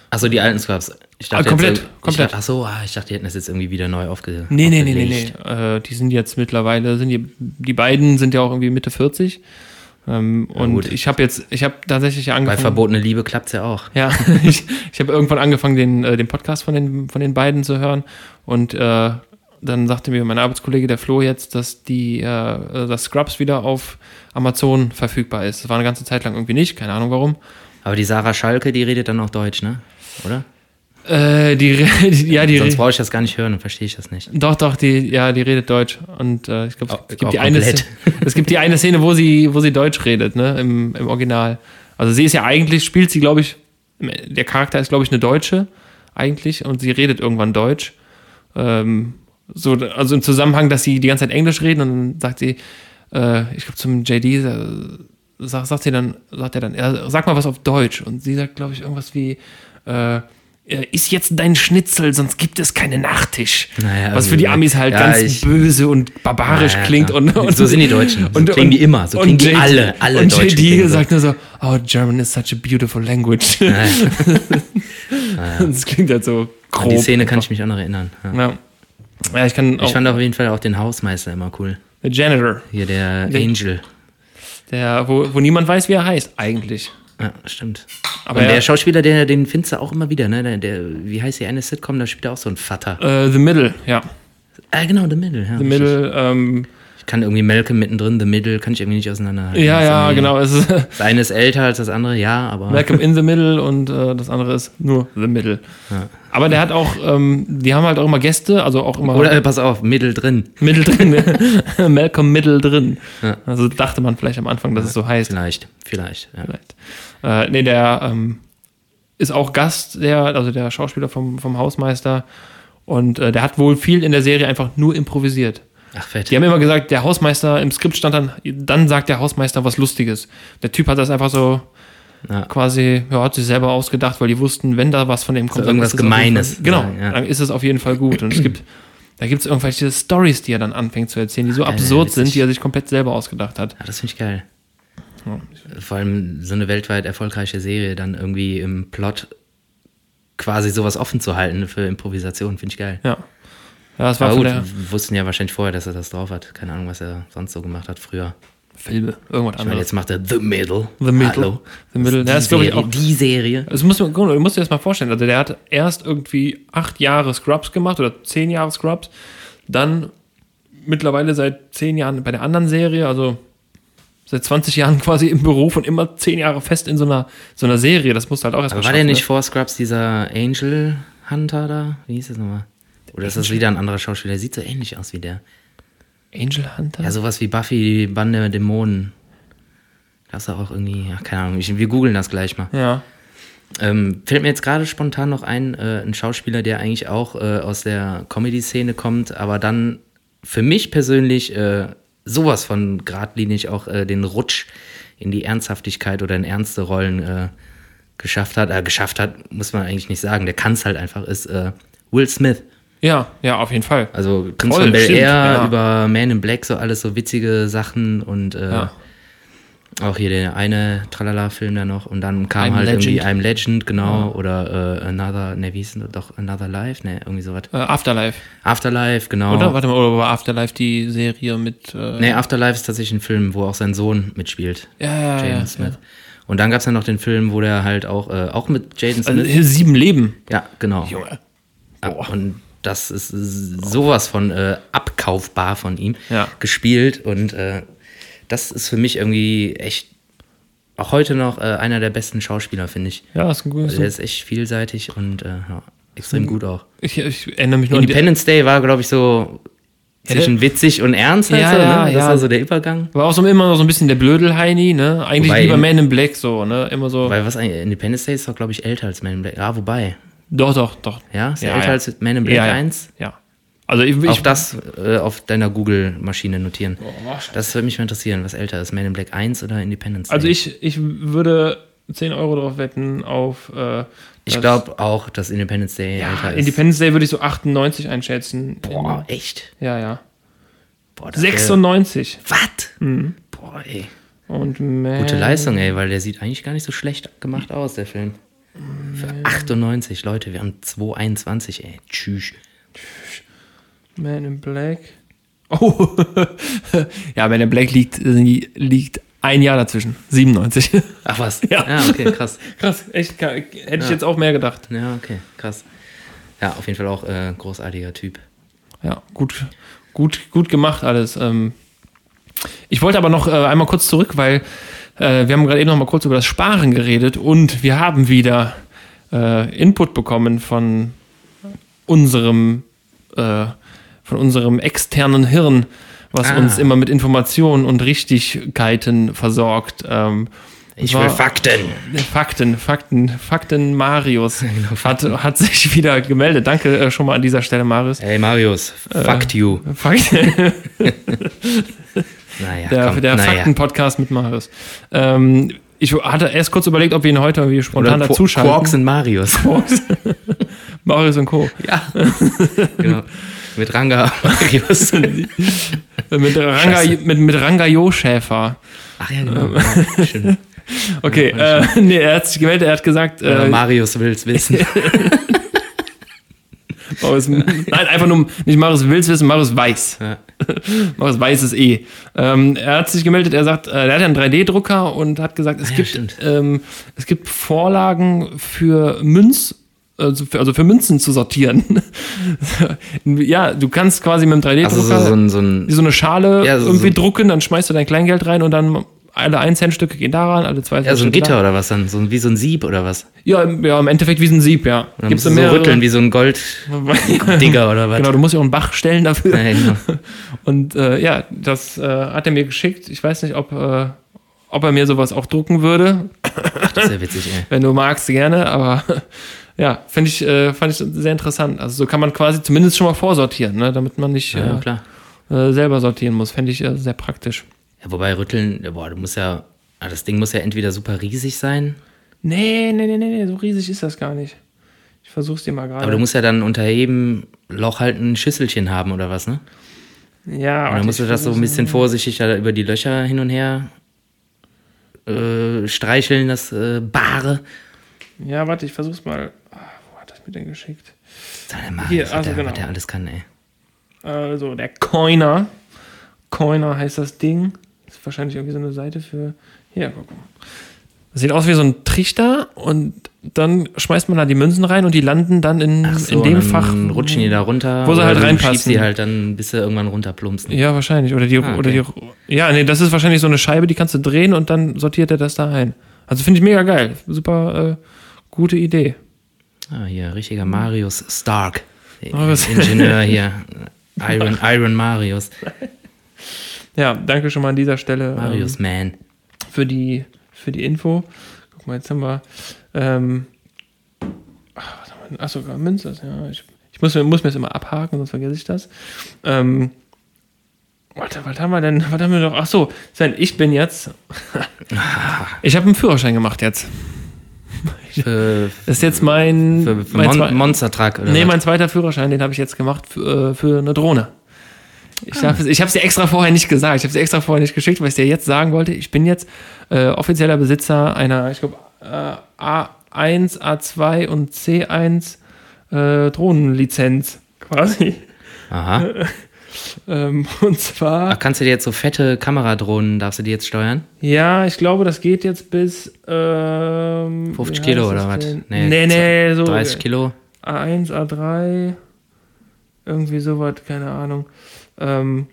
S1: Achso, die alten Scrubs. Ich
S2: Ah, komplett,
S1: jetzt, äh, ich
S2: komplett.
S1: Dachte, achso, ah, ich dachte, die hätten das jetzt irgendwie wieder neu aufge.
S2: Nee, nee, nee, nee,
S1: aufgelegt.
S2: nee. Äh, die sind jetzt mittlerweile, sind die, die beiden sind ja auch irgendwie Mitte 40. Ähm, und
S1: gut.
S2: ich habe jetzt, ich habe tatsächlich
S1: Bei
S2: angefangen.
S1: verbotene Liebe klappt's ja auch.
S2: Ja, ich, ich habe irgendwann angefangen, den, äh, den Podcast von den, von den beiden zu hören. Und äh, dann sagte mir mein Arbeitskollege, der Flo, jetzt, dass die, äh, äh, dass Scrubs wieder auf Amazon verfügbar ist. Das war eine ganze Zeit lang irgendwie nicht, keine Ahnung warum.
S1: Aber die Sarah Schalke, die redet dann auch Deutsch, ne? Oder?
S2: Äh, die, Re- die, ja, die,
S1: Sonst
S2: Re-
S1: brauche ich das gar nicht hören, dann verstehe ich das nicht.
S2: doch, doch, die, ja, die redet Deutsch. Und äh, ich glaube,
S1: Auch-
S2: es gibt
S1: auch
S2: die eine,
S1: komplett.
S2: Szene- es gibt die eine Szene, wo sie, wo sie Deutsch redet, ne, im, im Original. Also sie ist ja eigentlich, spielt sie, glaube ich, der Charakter ist, glaube ich, eine Deutsche eigentlich und sie redet irgendwann Deutsch. Ähm, so, also im Zusammenhang, dass sie die ganze Zeit Englisch reden und dann sagt sie, äh, ich glaube zum JD, äh, sagt, sagt sie dann, sagt er dann, ja, sag mal was auf Deutsch und sie sagt, glaube ich, irgendwas wie, äh, äh, iss jetzt dein Schnitzel, sonst gibt es keinen Nachtisch.
S1: Naja,
S2: was für die
S1: irgendwie-
S2: Amis halt
S1: ja,
S2: ganz
S1: ich-
S2: böse und barbarisch
S1: Ja, ja,
S2: klingt.
S1: klar.
S2: Und, und
S1: So sind die Deutschen. So klingen die immer. So klingen die alle. Alle
S2: und
S1: Deutschen klingen
S2: JD
S1: so.
S2: sagt nur so, oh, German is such a beautiful language. das klingt halt so
S1: An
S2: grob. Oh.
S1: die Szene kann ich mich auch noch erinnern. Ja.
S2: ja. ja, ich kann auch,
S1: Ich fand auf jeden Fall auch den Hausmeister immer cool.
S2: The Janitor,
S1: Hier der Angel.
S2: der, wo, wo niemand weiß, wie er heißt eigentlich.
S1: Ja, stimmt.
S2: Aber
S1: Und
S2: ja.
S1: der Schauspieler, der, den findest du auch immer wieder, ne? Der, der, wie heißt die eine Sitcom? Da spielt er auch so ein Vater.
S2: Äh, The Middle, ja.
S1: Ah, genau, The Middle. Ja.
S2: The Middle, ähm,
S1: Ich kann irgendwie Malcolm mittendrin, The Middle, kann ich irgendwie nicht auseinanderhalten.
S2: ja,
S1: Das ist
S2: ja,
S1: irgendwie-
S2: genau. Es ist
S1: Das eine ist älter als das andere, ja, aber.
S2: Malcolm in the Middle und äh, das andere ist nur The Middle. Aber der hat auch, ähm, die haben halt auch immer Gäste, also auch immer
S1: Oder äh, pass auf, Middle drin,
S2: Middle drin. Malcolm Middle drin. Also dachte man vielleicht am Anfang, dass es so heißt.
S1: vielleicht, vielleicht. Ja.
S2: Vielleicht. Äh, nee, der ähm, ist auch Gast, der, also der Schauspieler vom, vom Hausmeister. Und äh, der hat wohl viel in der Serie einfach nur improvisiert.
S1: Ach, fett.
S2: Die haben immer gesagt, der Hausmeister, im Skript stand dann, dann sagt der Hausmeister was Lustiges. Der Typ hat das einfach so
S1: Ja.
S2: quasi, ja, hat sich selber ausgedacht, weil die wussten, wenn da was von dem kommt.
S1: So
S2: dann
S1: irgendwas
S2: ist es auf jeden
S1: Gemeines
S2: Fall, genau,
S1: sagen, ja.
S2: dann ist es auf jeden Fall gut. Und es gibt, da gibt es irgendwelche Stories, die er dann anfängt zu erzählen, die so absurd
S1: witzig.
S2: sind, die er sich komplett selber ausgedacht hat.
S1: ja, Ah, das finde ich geil. Vor allem so eine weltweit erfolgreiche Serie dann irgendwie im Plot quasi sowas offen zu halten für Improvisation, finde ich geil.
S2: Ja. Ja, das war
S1: Aber
S2: von
S1: gut,
S2: der
S1: wir wussten ja wahrscheinlich vorher, dass er das drauf hat. Keine Ahnung, was er sonst so gemacht hat früher.
S2: Filme, irgendwas
S1: Ich meine,
S2: anderes.
S1: jetzt macht er The Middle.
S2: The Middle.
S1: Hallo.
S2: The Middle. Ja, das
S1: die,
S2: glaube ich
S1: Serie,
S2: auch.
S1: die Serie.
S2: Das Also muss man, du musst dir das mal vorstellen. Also der hat erst irgendwie acht Jahre Scrubs gemacht oder zehn Jahre Scrubs, dann mittlerweile seit zehn Jahren bei der anderen Serie, also seit 20 Jahren quasi im Beruf und immer zehn Jahre fest in so einer, so einer Serie. Das musst du halt auch erstmal
S1: Aber war der nicht vor Scrubs dieser Angel Hunter da? Wie hieß das nochmal? Oder ist das wieder ein anderer Schauspieler? Der sieht so ähnlich aus wie der.
S2: Ne? Angel Hunter?
S1: Ja, sowas wie Buffy, die Bande der Dämonen. Das ist doch auch irgendwie, ach, keine Ahnung, ich, wir googeln das gleich mal.
S2: ja.
S1: Ähm, fällt mir jetzt gerade spontan noch ein, äh, ein Schauspieler, der eigentlich auch äh, aus der Comedy-Szene kommt, aber dann für mich persönlich äh, sowas von geradlinig auch äh, den Rutsch in die Ernsthaftigkeit oder in ernste Rollen äh, geschafft hat. Äh, geschafft hat, muss man eigentlich nicht sagen. Der kann es halt einfach, ist äh, Will Smith.
S2: ja, ja, auf jeden Fall.
S1: Also Prinz
S2: Voll,
S1: von Bel
S2: stimmt,
S1: Air
S2: ja.
S1: über Man in Black, so alles so witzige Sachen und äh,
S2: Ja.
S1: auch hier der eine Tralala-Film da noch und dann kam
S2: I'm
S1: halt irgendwie
S2: Legend.
S1: I'm Legend, genau, oder äh, Another, ne, wie hieß denn das? doch Another Life, ne, irgendwie sowas.
S2: Äh, Afterlife,
S1: Afterlife, genau.
S2: oder? Warte mal, oder war Afterlife die Serie mit. Äh,
S1: Ne, Afterlife ist tatsächlich ein Film, wo auch sein Sohn mitspielt,
S2: Ah, ja, ja,
S1: Jaden
S2: ja.
S1: Smith. Und dann gab es ja noch den Film, wo der halt auch, äh, auch mit Jaden Smith.
S2: Also, hier sieben Leben.
S1: ja, genau.
S2: Junge.
S1: Ab- Und das ist sowas von äh, abkaufbar von ihm
S2: Ja.
S1: gespielt. Und äh, das ist für mich irgendwie echt auch heute noch äh, einer der besten Schauspieler, finde ich.
S2: Ja, ist ein gutes.
S1: Also der ist echt vielseitig und äh, ja, extrem gut auch.
S2: Ich, ich erinnere mich nur an die,
S1: Independence Day war, glaube ich, so zwischen witzig und ernst. halt
S2: Ja,
S1: so, ne?
S2: ja,
S1: das
S2: ja.
S1: war so der Übergang.
S2: War auch so immer noch so ein bisschen der Blödel-Heini, ne? Eigentlich
S1: Wobei-
S2: lieber Man in Black so, ne? Immer so.
S1: Weil was eigentlich, Independence Day ist doch, glaube ich, älter als Man in Black. Ja, wobei.
S2: doch, doch, doch.
S1: Ja, ist ja, älter als Man in Black
S2: ja, ja.
S1: 1.
S2: Ja. Also ich,
S1: Auch
S2: ich
S1: das äh, auf deiner Google-Maschine notieren. das würde mich mal interessieren, was älter ist, Man in Black 1 oder Independence Day.
S2: also ich, ich würde 10 Euro drauf wetten auf äh,
S1: ich
S2: das- Ah,
S1: glaube auch, dass Independence Day älter ist.
S2: Independence Day würde ich so 98 einschätzen.
S1: Boah, echt?
S2: Ja, ja.
S1: Boah, das wär-
S2: 96.
S1: Was?
S2: Mhm.
S1: Boah, ey.
S2: Und man,
S1: Gute Leistung, ey, weil der sieht eigentlich gar nicht so schlecht gemacht aus, der Film. Für
S2: Mhm.
S1: 98 Leute, wir haben 221, ey. Tschüss.
S2: Man in Black. Oh, ja, Man in Black liegt, liegt ein Jahr dazwischen. 97.
S1: Ach was.
S2: Ja.
S1: ja okay, krass.
S2: Krass, echt, ka- hätte ich jetzt auch mehr gedacht.
S1: Ja, okay, krass. Ja, auf jeden Fall auch äh, großartiger Typ.
S2: Ja, gut, gut, gut gemacht alles. Ähm, ich wollte aber noch äh, einmal kurz zurück, weil äh, wir haben gerade eben noch mal kurz über das Sparen geredet und wir haben wieder äh, Input bekommen von unserem äh, von unserem externen Hirn, was
S1: Ah.
S2: uns immer mit Informationen und Richtigkeiten versorgt. Ähm,
S1: Ich
S2: war-
S1: will Fakten.
S2: Fakten, Fakten, Fakten Marius hat, hat sich wieder gemeldet. Danke äh, schon mal an dieser Stelle, Marius.
S1: Ey, Marius,
S2: Äh,
S1: fucked you.
S2: Fakten,
S1: Naja,
S2: der
S1: komm,
S2: der
S1: naja.
S2: Fakten-Podcast mit Marius. Ähm, ich hatte erst kurz überlegt, ob wir ihn heute irgendwie
S1: Oder
S2: spontan
S1: Qu- Quarks
S2: dazuschalten.
S1: und Marius.
S2: Marius und Co.
S1: Ja. genau. Mit Ranga Marius.
S2: Äh, Mit Ranga,
S1: Scheiße.
S2: mit, mit Ranga Jo Schäfer.
S1: Ach ja, genau. Ja, stimmt.
S2: Okay, äh, nee, er hat sich gemeldet, er hat gesagt,
S1: Äh,
S2: äh,
S1: Marius will's wissen.
S2: Marius, nein, einfach nur, um- nicht Marius will's wissen, Marius weiß.
S1: Ja.
S2: Marius weiß es eh. Ähm, er hat sich gemeldet, er sagt, äh, er hat einen 3D-Drucker und hat gesagt, es,
S1: Ah ja,
S2: gibt,
S1: stimmt.
S2: ähm, es gibt Vorlagen für Münz, also für, also für Münzen zu sortieren. ja, du kannst quasi mit einem 3D-Drucker
S1: Also so, so ein, so ein
S2: wie so eine Schale
S1: Ja, so-
S2: irgendwie
S1: so-
S2: drucken, dann schmeißt du dein Kleingeld rein und dann alle 1 Cent Stücke gehen daran, alle 2 Cent
S1: ja, so ein
S2: Stücke
S1: Gitter oder was dann? So, ein- wie so ein Sieb oder was? Und
S2: da. Ja, im- ja, im Endeffekt wie so ein Sieb, ja.
S1: dann musst du so rütteln wie so ein Golddigger oder was?
S2: Genau, du musst ja auch einen Bach stellen dafür.
S1: Ja, genau.
S2: Und äh, ja, das äh, hat er mir geschickt. Ich weiß nicht, ob, äh, ob er mir sowas auch drucken würde.
S1: Das ist ja witzig, ey.
S2: Wenn du magst, gerne. Aber ja, finde ich, äh, fand ich sehr interessant. Also so kann man quasi zumindest schon mal vorsortieren, ne? damit man nicht
S1: Ja, klar.
S2: äh, äh, selber sortieren muss. Fände ich äh, sehr praktisch.
S1: Ja, wobei rütteln, boah, du musst ja, ah, das Ding muss ja entweder super riesig sein,
S2: Nee, nee, nee, nee, nee, so riesig ist das gar nicht. Ich versuch's dir mal
S1: aber du
S2: gerade.
S1: musst ja dann unter jedem Loch halt ein Schüsselchen haben oder was, ne?
S2: Ja,
S1: Und
S2: warte,
S1: dann musst du
S2: ich
S1: das so ein
S2: versuch's.
S1: bisschen vorsichtig da über die Löcher hin und her äh, streicheln, das äh, Bare.
S2: Ja, warte, ich versuch's mal. Ah, wo hat das mir denn geschickt?
S1: Sag mal,
S2: Hier,
S1: was,
S2: also
S1: der,
S2: genau.
S1: was der alles kann, ey.
S2: Also der Coiner. Coiner heißt das Ding. Ist wahrscheinlich irgendwie so eine Seite für. Hier, guck mal. Das sieht aus wie so ein Trichter und dann schmeißt man da die Münzen rein und die landen dann in, in dem
S1: dann
S2: Fach.
S1: rutschen die da runter.
S2: wo sie
S1: oder
S2: halt
S1: du
S2: reinpassen.
S1: schiebst die halt dann, bis sie irgendwann runterplumpsen.
S2: Ja, wahrscheinlich. Oder die,
S1: Ah, okay.
S2: oder die. Ja, nee, das ist wahrscheinlich so eine Scheibe, die kannst du drehen und dann sortiert er das da ein. Also finde ich mega geil. Super äh, gute Idee.
S1: Ah, hier, richtiger Marius Stark.
S2: Marius.
S1: Ingenieur hier. Iron, Iron Marius.
S2: Ja, danke schon mal an dieser Stelle. ähm,
S1: Marius Man.
S2: für die, für die Info. Guck mal, jetzt haben wir. Ähm, ach, was haben wir denn? ach sogar Münze. Ja, ich, ich muss, mir- muss mir das immer abhaken, sonst vergesse ich das. Ähm, warte, was haben wir denn? Was haben wir noch? Ach so, Sven, ich bin jetzt. ich habe einen Führerschein gemacht jetzt.
S1: Für,
S2: Das ist jetzt mein.
S1: für, für
S2: mein
S1: Mon
S2: zwei-
S1: Monster Truck oder
S2: Nee,
S1: was?
S2: mein zweiter Führerschein, den habe ich jetzt gemacht für, äh, für eine Drohne. Ich
S1: Ah.
S2: darf es- ich habe es dir extra vorher nicht gesagt. Ich habe es dir extra vorher nicht geschickt, weil ich dir jetzt sagen wollte. Ich bin jetzt äh, offizieller Besitzer einer, ich glaube, äh, A1, A2 und C1 äh, Drohnenlizenz quasi.
S1: Aha.
S2: Ähm, und zwar,
S1: Ach, kannst du dir jetzt so fette Kameradrohnen, darfst du die jetzt steuern?
S2: ja, ich glaube, das geht jetzt bis ähm,
S1: 50
S2: wie
S1: Kilo
S2: heißt
S1: oder
S2: das
S1: was?
S2: denn?
S1: Nee,
S2: Nee, nee, so
S1: 30 Kilo?
S2: A1, A3, irgendwie sowas, keine Ahnung. Ähm,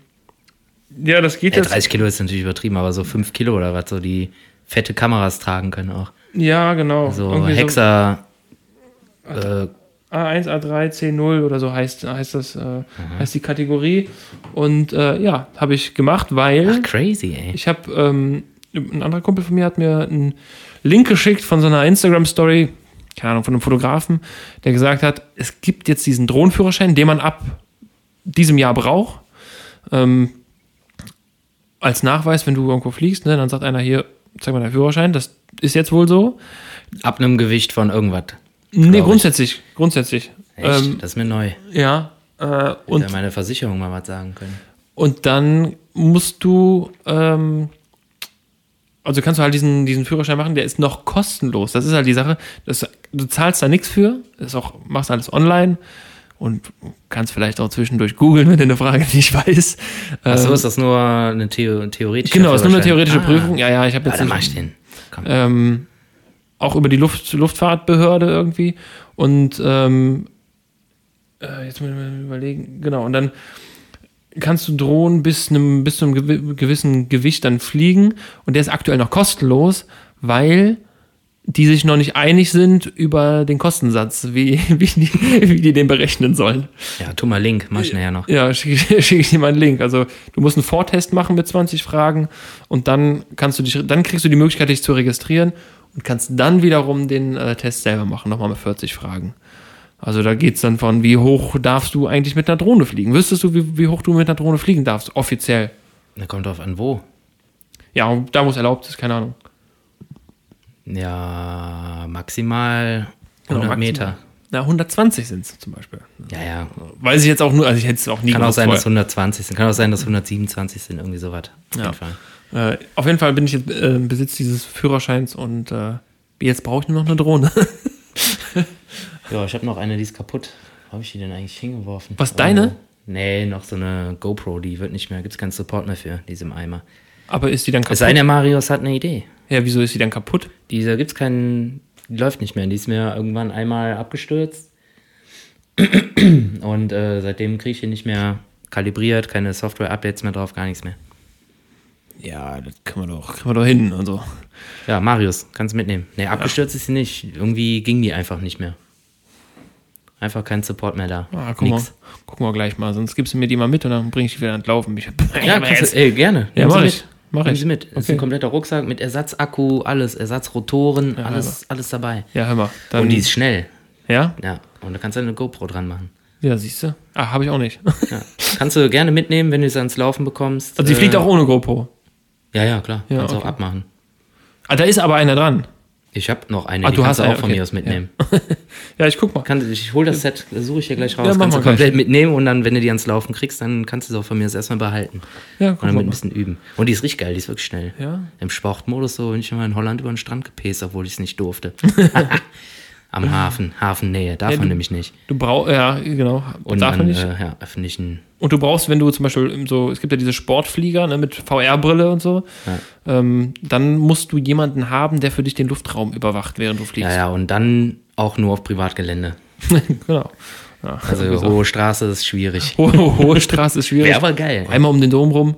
S2: ja, das geht
S1: Ey,
S2: jetzt.
S1: 30 Kilo ist natürlich übertrieben, aber so 5 Kilo oder was, so die fette Kameras tragen können auch.
S2: Ja, genau.
S1: So
S2: irgendwie
S1: Hexer. Äh,
S2: So A1, A3, C0 oder so heißt, heißt das, äh, heißt die Kategorie. Und äh, ja, habe ich gemacht, weil.
S1: ach, crazy, ey.
S2: Ich habe ähm, ein anderer Kumpel von mir hat mir einen Link geschickt von so einer Instagram Story, keine Ahnung, von einem Fotografen, der gesagt hat, es gibt jetzt diesen Drohnenführerschein, den man ab diesem Jahr braucht. Ähm, als Nachweis, wenn du irgendwo fliegst, ne, dann sagt einer hier, zeig mal deinen Führerschein, das ist jetzt wohl so.
S1: Ab einem Gewicht von irgendwas.
S2: nee,
S1: ich.
S2: grundsätzlich, grundsätzlich.
S1: Echt?
S2: Ähm,
S1: das ist mir neu.
S2: ja. Äh, und Ähm,
S1: Hätte meine Versicherung mal was sagen können.
S2: Und dann musst du, ähm, also kannst du halt diesen, diesen Führerschein machen, der ist noch kostenlos. Das ist halt die Sache. Das, du zahlst da nichts für, ist auch, machst alles online und kannst vielleicht auch zwischendurch googeln, wenn du eine Frage nicht weißt. Ähm,
S1: Achso, ist das nur eine The theoretische
S2: Genau, es ist nur
S1: Führerschein?
S2: eine theoretische
S1: Ah,
S2: Prüfung. Ja, ja, ich habe
S1: Ja,
S2: jetzt
S1: dann
S2: nicht-
S1: mach ich den. Komm.
S2: ähm, auch über die Luft, Luftfahrtbehörde irgendwie. Und ähm, äh, jetzt muss ich mal überlegen, genau, und dann kannst du Drohnen bis, einem, bis zu einem gewi- gewissen Gewicht dann fliegen und der ist aktuell noch kostenlos, weil die sich noch nicht einig sind über den Kostensatz, wie, wie, die, wie die den berechnen sollen.
S1: Ja, tu mal Link, mach schnell ja noch.
S2: Ja, schicke ich, schick ich dir mal einen Link. Also du musst einen Vortest machen mit 20 Fragen und dann kannst du dich, dann kriegst du die Möglichkeit, dich zu registrieren und kannst dann wiederum den äh, Test selber machen, nochmal mit 40 Fragen. Also da geht's dann von, wie hoch darfst du eigentlich mit einer Drohne fliegen? Wüsstest du, wie, wie hoch du mit einer Drohne fliegen darfst, offiziell?
S1: Da kommt drauf an, wo.
S2: Ja, da wo es erlaubt ist, keine Ahnung.
S1: Ja, maximal 100
S2: Genau, maximal.
S1: Meter.
S2: Na, 120 sind's zum Beispiel.
S1: Ja, ja.
S2: Weiß ich jetzt auch nur, also ich hätte es auch nie
S1: Kann auch
S2: gewusst
S1: sein,
S2: vorher.
S1: dass 120 sind. Kann auch sein, dass 127 sind, irgendwie sowas. Auf
S2: Ja.
S1: jeden Fall.
S2: Äh, auf jeden Fall bin ich jetzt äh, im Besitz dieses Führerscheins und äh, jetzt brauche ich nur noch eine Drohne.
S1: Ja, ich habe noch eine, die ist kaputt. Wo habe ich die denn eigentlich hingeworfen? Oh.
S2: Was, deine?
S1: Nee, noch so eine GoPro, die wird nicht mehr. Gibt's keinen Support mehr für, die ist im Eimer.
S2: Aber ist die dann
S1: Es
S2: kaputt?
S1: sei denn, der Marius hat eine Idee.
S2: ja, wieso ist die dann kaputt?
S1: Diese gibt's keinen, die läuft nicht mehr. Die ist mir irgendwann einmal abgestürzt. Und äh, seitdem kriege ich die nicht mehr kalibriert, keine Software-Updates mehr drauf, gar nichts mehr.
S2: Ja, das kann man doch, kann man doch hin und so.
S1: Ja, Marius, kannst du mitnehmen. Nee, abgestürzt ist sie nicht. Irgendwie ging die einfach nicht mehr. Einfach kein Support mehr da.
S2: Ah, guck mal, gucken wir gleich mal. Sonst gibst du mir die mal mit und dann bringe ich die wieder entlaufen. Ich
S1: Ja, kannst du, ey, gerne.
S2: Ja,
S1: Nimm
S2: mach
S1: sie
S2: ich.
S1: mit.
S2: Mach
S1: Nimm
S2: ich.
S1: sie mit. Ist
S2: Okay.
S1: ein kompletter Rucksack mit Ersatzakku, alles, Ersatzrotoren,
S2: also.
S1: alles, alles dabei.
S2: ja, hör mal. Dann,
S1: Und die ist schnell.
S2: ja?
S1: Ja, und da kannst du eine GoPro dran machen.
S2: Ja, siehst du? Ah, habe ich auch nicht.
S1: Ja. Kannst du gerne mitnehmen, wenn du es ans Laufen bekommst.
S2: Also die fliegt
S1: Äh,
S2: auch ohne GoPro.
S1: Ja, ja, klar.
S2: Ja,
S1: kannst
S2: okay.
S1: auch abmachen.
S2: Ah, da ist aber einer dran.
S1: Ich habe noch eine,
S2: Ah,
S1: die
S2: du
S1: kannst
S2: hast
S1: du auch
S2: eine,
S1: von
S2: okay.
S1: mir aus mitnehmen.
S2: Ja, ich guck mal.
S1: Kann, ich hol das Set, suche ich hier gleich raus.
S2: Ja, mach
S1: kannst
S2: mal
S1: du komplett mitnehmen und dann, wenn du die ans Laufen kriegst, dann kannst du es auch von mir aus erstmal behalten.
S2: Ja,
S1: Und
S2: guck
S1: damit
S2: mal.
S1: ein bisschen üben. Und die ist richtig geil, die ist wirklich schnell.
S2: Ja.
S1: Im Sportmodus so bin ich immer in Holland über den Strand gepäst, obwohl ich es nicht durfte. Am Hafen, Hafennähe, darf man nämlich nicht.
S2: Du brauchst, ja, genau.
S1: Und
S2: Darf
S1: an
S2: man nicht.
S1: Äh, ja, öffentlichen.
S2: Und du brauchst, wenn du zum Beispiel im so, es gibt ja diese Sportflieger ne, mit VR-Brille und so, ähm, dann musst du jemanden haben, der für dich den Luftraum überwacht, während du
S1: Ja,
S2: fliegst.
S1: ja, und dann auch nur auf Privatgelände.
S2: genau. Ja,
S1: Also
S2: sowieso.
S1: hohe Straße ist schwierig.
S2: hohe, hohe Straße ist schwierig.
S1: Wäre aber geil.
S2: Einmal um den Dom rum.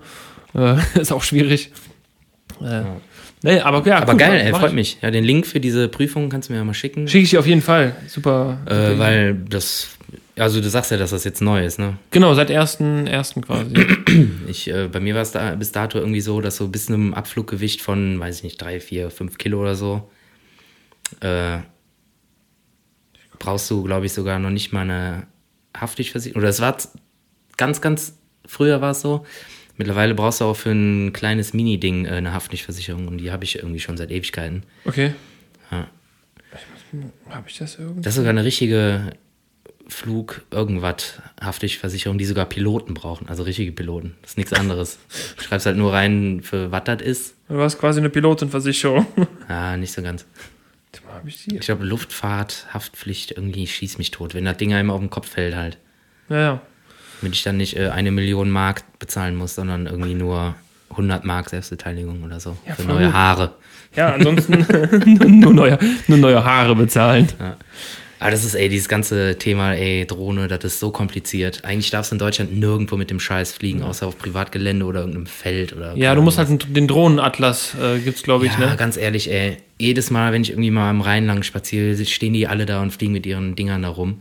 S2: Äh, ist auch schwierig. Äh, Nee, aber ja,
S1: Aber
S2: cool,
S1: geil,
S2: mach
S1: ey,
S2: ich.
S1: freut mich. Ja, den Link für diese Prüfung kannst du mir ja mal schicken.
S2: Schicke ich dir auf jeden Fall. Super.
S1: Äh, weil das, also du sagst ja, dass das jetzt neu ist, ne?
S2: Genau, seit ersten, ersten quasi.
S1: Ich, äh, bei mir war es da, bis dato irgendwie so, dass so bis zu einem Abfluggewicht von, weiß ich nicht, drei, vier, fünf Kilo oder so, äh, brauchst du, glaube ich, sogar noch nicht mal eine Haftpflichtversicherung. Oder es war z- ganz, ganz früher war es so. Mittlerweile brauchst du auch für ein kleines Mini-Ding äh, eine Haftpflichtversicherung und die habe ich irgendwie schon seit Ewigkeiten.
S2: Okay.
S1: Ja.
S2: Habe ich das irgendwie?
S1: Das ist sogar eine richtige Flug-Irgendwas-Haftpflichtversicherung, die sogar Piloten brauchen, also richtige Piloten. Das ist nichts anderes. Du schreibst halt nur rein, für was das ist.
S2: Du warst quasi eine Pilotenversicherung.
S1: Ah, nicht so ganz.
S2: Habe ich die?
S1: Ich glaube, Luftfahrt, Haftpflicht, irgendwie schieß mich tot, wenn das Ding einem auf den Kopf fällt halt.
S2: Ja, ja.
S1: Damit ich dann nicht äh, eine Million Mark bezahlen muss, sondern irgendwie nur 100 Mark Selbstbeteiligung oder so. für
S2: voll
S1: neue
S2: gut.
S1: Haare.
S2: Ja, ansonsten nur, nur, neue, nur neue Haare bezahlen.
S1: Aber das ist, ey, dieses ganze Thema, ey, Drohne, das ist so kompliziert. Eigentlich darfst du in Deutschland nirgendwo mit dem Scheiß fliegen, außer auf Privatgelände oder irgendeinem Feld oder.
S2: Ja, du musst halt den- den Drohnenatlas, äh, gibt's glaube ich,
S1: Ja, genau.
S2: ne?
S1: ganz ehrlich, ey, jedes Mal, wenn ich irgendwie mal am Rhein lang spaziere, stehen die alle da und fliegen mit ihren Dingern da rum.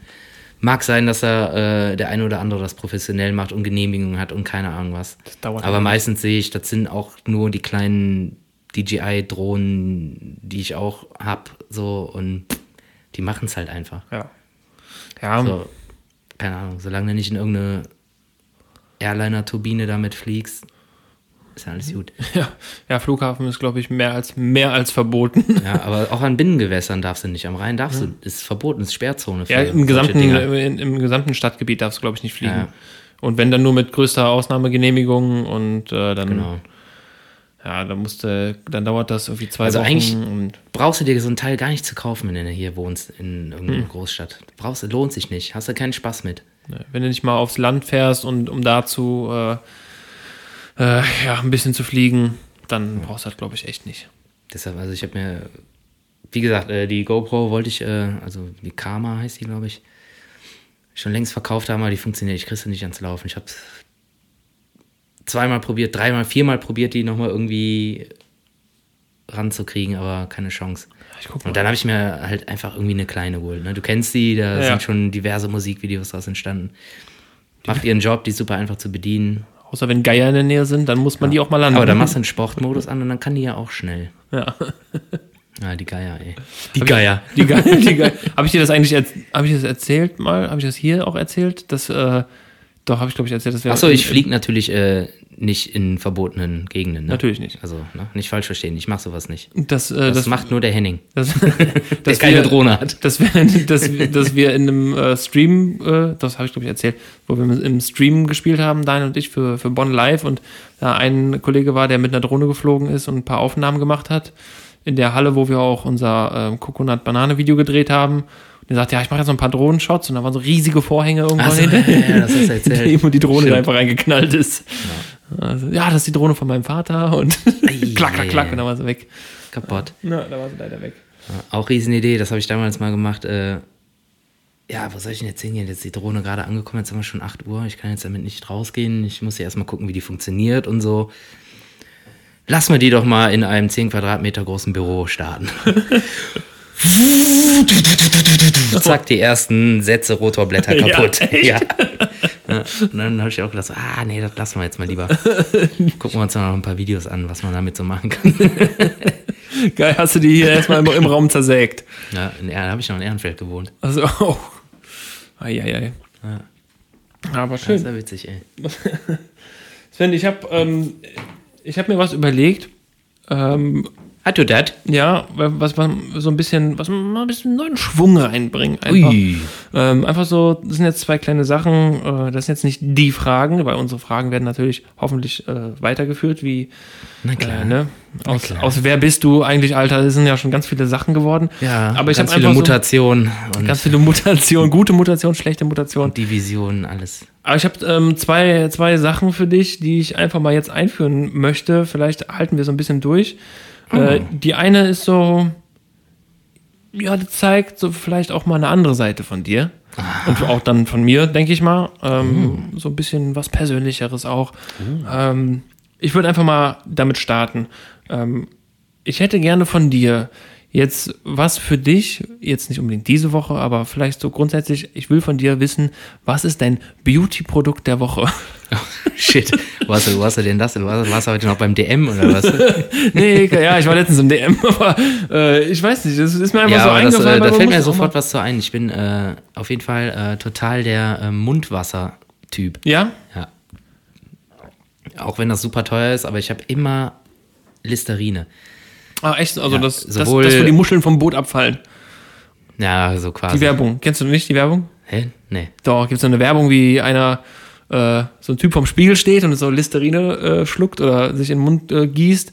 S1: Mag sein, dass da äh, der eine oder andere das professionell macht und Genehmigungen hat und keine Ahnung was. Das
S2: dauert
S1: Aber meistens sehe ich, das sind auch nur die kleinen DJI-Drohnen, die ich auch hab, so und die machen es halt einfach.
S2: Ja. Ja,
S1: So, keine Ahnung, solange du nicht in irgendeine Airliner-Turbine damit fliegst, ist ja alles gut.
S2: ja, ja, Flughafen ist, glaube ich, mehr als, mehr als verboten.
S1: Ja, aber auch an Binnengewässern darfst du nicht. Am Rhein darfst du. Ist verboten, ist Sperrzone. Für
S2: Ja, im
S1: solche
S2: gesamten,
S1: Dinger.
S2: im, im gesamten Stadtgebiet darfst du, glaube ich, nicht fliegen.
S1: Ja.
S2: Und wenn dann nur mit größter Ausnahmegenehmigung und äh, dann
S1: Genau.
S2: Ja, dann musste, dann dauert das irgendwie zwei
S1: Also
S2: Wochen.
S1: eigentlich-
S2: und
S1: Brauchst du dir so ein Teil gar nicht zu kaufen, wenn du hier wohnst in irgendeiner
S2: Hm.
S1: Großstadt. Brauchst, lohnt sich nicht. Hast du keinen Spaß mit.
S2: ne, wenn du nicht mal aufs Land fährst und um dazu äh, äh, ja, ein bisschen zu fliegen, dann brauchst du das, glaube ich, echt nicht.
S1: Deshalb, also ich habe mir, wie gesagt, äh, die GoPro wollte ich, äh, also die Karma heißt die, glaube ich, schon längst verkauft haben, aber die funktioniert. Ich kriege sie nicht ans Laufen. Ich habe zweimal probiert, dreimal, viermal probiert, die nochmal irgendwie ranzukriegen, aber keine Chance.
S2: Ich guck mal.
S1: Und dann habe ich mir halt einfach irgendwie eine kleine geholt. Ne? Du kennst die, da
S2: Ja.
S1: sind schon diverse Musikvideos draus entstanden. Macht ihren Job, die ist super einfach zu bedienen.
S2: Außer wenn Geier in der Nähe sind, dann muss man die auch mal landen.
S1: Aber dann machst du einen Sportmodus an und dann kann die ja auch schnell.
S2: ja.
S1: Ah, die Geier, ey. Die Geier.
S2: Die Geier, die Geier. Habe ich dir das eigentlich, habe ich das erzählt mal? Habe ich das hier auch erzählt? Das, äh, doch, habe ich, glaube ich, erzählt, dass wir.
S1: Achso, ich fliege natürlich äh, nicht in verbotenen Gegenden. Ne?
S2: Natürlich nicht.
S1: Also, ne? nicht falsch verstehen, ich mache sowas nicht.
S2: Das, äh,
S1: Das,
S2: das,
S1: macht nur der Henning,
S2: das,
S1: der
S2: dass
S1: keine
S2: wir-
S1: Drohne hat.
S2: Dass wir, dass, wir- dass wir in einem äh, Stream, äh, das habe ich glaube ich erzählt, wo wir im Stream gespielt haben, Daniel und ich für, für Bonn Live und da ein Kollege war, der mit einer Drohne geflogen ist und ein paar Aufnahmen gemacht hat in der Halle, wo wir auch unser ähm, Coconut Banane Video gedreht haben. Und der sagt, ja, ich mache jetzt noch ein paar Drohnenshots und da waren so riesige Vorhänge irgendwann
S1: Achso,
S2: hinter,
S1: ja, ja, das hast Ah, du
S2: hinter ihm
S1: erzählt.
S2: und die Drohne
S1: Stimmt.
S2: da einfach reingeknallt ist. Also, ja, das ist die Drohne von meinem Vater und
S1: Ei,
S2: klack, klack, klack
S1: ei, ei.
S2: und dann war sie weg.
S1: Kaputt.
S2: Na, da war sie leider weg.
S1: Auch Riesenidee, das habe ich damals mal gemacht. Äh, ja, wo soll ich denn jetzt hingehen? Jetzt ist die Drohne gerade angekommen, jetzt haben wir schon 8 Uhr, ich kann jetzt damit nicht rausgehen. Ich muss ja erstmal gucken, wie die funktioniert und so. Lass mir die doch mal in einem 10 Quadratmeter großen Büro starten. Zack, die ersten Sätze Rotorblätter
S2: Ja,
S1: kaputt.
S2: echt?
S1: Ja. Ja, Und dann habe ich auch gedacht, so, ah nee, das lassen wir jetzt mal lieber. Gucken wir uns mal noch ein paar Videos an, was man damit so machen kann.
S2: Geil, hast du die hier erstmal im, im Raum zersägt.
S1: Ja, in Er- da habe ich noch in Ehrenfeld gewohnt.
S2: Also, oh. Eieiei. Aber
S1: Das ist
S2: schön.
S1: ja witzig, ey.
S2: Sven, ich habe ähm, ich hab mir was überlegt. Ähm,
S1: Hat du das?
S2: ja, was man so ein bisschen, was man mal ein bisschen neuen Schwung reinbringen. Einfach,
S1: Ui.
S2: ähm, einfach so, das sind jetzt zwei kleine Sachen. Äh, das sind jetzt nicht die Fragen, weil unsere Fragen werden natürlich hoffentlich äh, weitergeführt, wie
S1: Na
S2: äh,
S1: klar.
S2: ne? aus,
S1: klar.
S2: aus Wer bist du eigentlich, Alter? Es sind ja schon ganz viele Sachen geworden.
S1: Ja,
S2: aber ich
S1: ganz
S2: habe
S1: viele
S2: einfach so,
S1: Mutationen und
S2: Ganz viele Mutationen, gute Mutationen, schlechte Mutationen.
S1: Divisionen, alles.
S2: Aber ich habe ähm, zwei, zwei Sachen für dich, die ich einfach mal jetzt einführen möchte. Vielleicht halten wir so ein bisschen durch. Äh, die eine ist so, ja, die zeigt so vielleicht auch mal eine andere Seite von dir. Und auch dann von mir, denke ich mal. Ähm, So ein bisschen was Persönlicheres auch. Ähm, ich würde einfach mal damit starten. Ähm, ich hätte gerne von dir jetzt was für dich, jetzt nicht unbedingt diese Woche, aber vielleicht so grundsätzlich, ich will von dir wissen, was ist dein Beauty-Produkt der Woche?
S1: Shit. Wo hast du, wo hast du denn das? denn? Warst du warst du heute noch beim DM oder was?
S2: nee, ja, ich war letztens im DM, aber äh, ich weiß nicht, das ist mir einfach
S1: ja,
S2: so
S1: aber das, äh,
S2: eingefallen. weil
S1: da
S2: man
S1: fällt mir
S2: muss auch
S1: sofort was zu ein. Ich bin äh, auf jeden Fall äh, total der äh, Mundwasser-Typ.
S2: mal- Ja?
S1: Ja. Auch wenn das super teuer ist, aber ich habe immer Listerine.
S2: Ah, echt? Also
S1: Ja,
S2: das, das,
S1: sowohl-
S2: das, wo die Muscheln vom Boot abfallen.
S1: Ja, so quasi.
S2: Die Werbung. Kennst du nicht die Werbung?
S1: Hä? Nee.
S2: Doch, gibt es eine Werbung, wie einer, äh, so ein Typ vom Spiegel steht und so Listerine äh, schluckt oder sich in den Mund äh, gießt.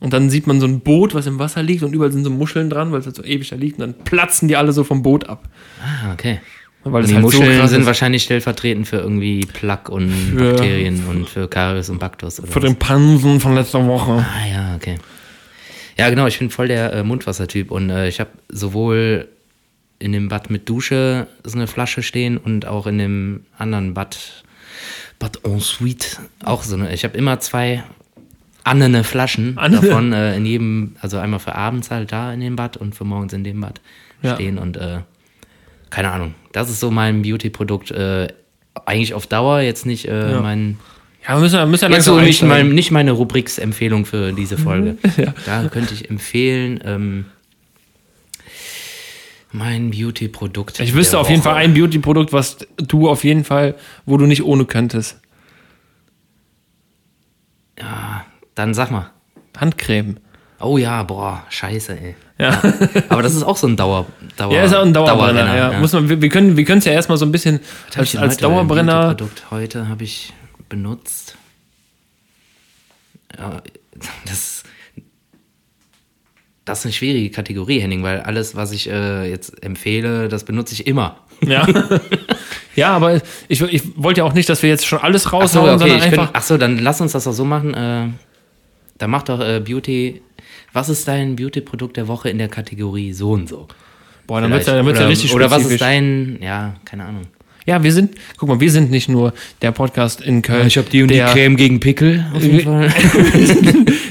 S2: Und dann sieht man so ein Boot, was im Wasser liegt und überall sind so Muscheln dran, weil es halt so ewig da liegt. Und dann platzen die alle so vom Boot ab.
S1: Ah, okay.
S2: Weil es
S1: Die
S2: halt so
S1: Muscheln
S2: krass
S1: sind
S2: ist.
S1: wahrscheinlich stellvertretend für irgendwie Plaque und
S2: Für-
S1: Bakterien und für Karies und Baktus. Oder
S2: Für den Pansen von letzter Woche.
S1: Ah ja, okay. Ja, genau, ich bin voll der äh, Mundwassertyp und äh, ich habe sowohl in dem Bad mit Dusche so eine Flasche stehen und auch in dem anderen Bad, Bad Ensuite, auch so eine. Ich habe immer zwei annene Flaschen
S2: Annene.
S1: davon äh, in jedem, also einmal für abends halt da in dem Bad und für morgens in dem Bad
S2: Ja.
S1: stehen und äh, keine Ahnung. Das ist so mein Beauty-Produkt. Äh, eigentlich auf Dauer, jetzt nicht äh, mein
S2: Ja, wir müssen, wir müssen ja
S1: Jetzt so nicht,
S2: einsteigen.
S1: mein, nicht meine Rubriksempfehlung für diese
S2: Mhm.
S1: Folge. Da könnte ich empfehlen, ähm, mein Beauty-Produkt.
S2: Ich wüsste
S1: der
S2: auf jeden
S1: Woche.
S2: Fall ein Beauty-Produkt, was du auf jeden Fall, wo du nicht ohne könntest.
S1: Dann sag mal.
S2: Handcreme.
S1: Oh ja, boah, scheiße, ey.
S2: Ja.
S1: Aber das ist auch so ein Dauer, Dauer
S2: Ja, ist auch ein Dauerbrenner.
S1: Dauerbrenner,
S2: Ja.
S1: ja.
S2: Muss man, wir, wir können wir können es ja erstmal so ein bisschen
S1: Hab ich
S2: als,
S1: denn
S2: als
S1: heute ein
S2: Dauerbrenner.
S1: Beauty-Produkt heute habe ich benutzt. Ja, das, das ist eine schwierige Kategorie, Henning, weil alles, was ich äh, jetzt empfehle, das benutze ich immer.
S2: Ja. ja, aber ich, ich wollte ja auch nicht, dass wir jetzt schon alles
S1: Achso,
S2: raushauen,
S1: okay,
S2: sondern
S1: ich
S2: einfach.
S1: könnte, achso, dann lass uns das doch so machen. Äh, dann mach doch äh, Beauty. Was ist dein Beauty-Produkt der Woche in der Kategorie so und so?
S2: boah, dann wird's ja,
S1: Vielleicht.
S2: dann wird's ja
S1: oder,
S2: richtig
S1: oder was
S2: spezifisch.
S1: ist dein, ja, keine Ahnung.
S2: Ja, wir sind, guck mal, wir sind nicht nur der Podcast in Köln. der,
S1: gegen Pickel auf
S2: jeden
S1: Fall.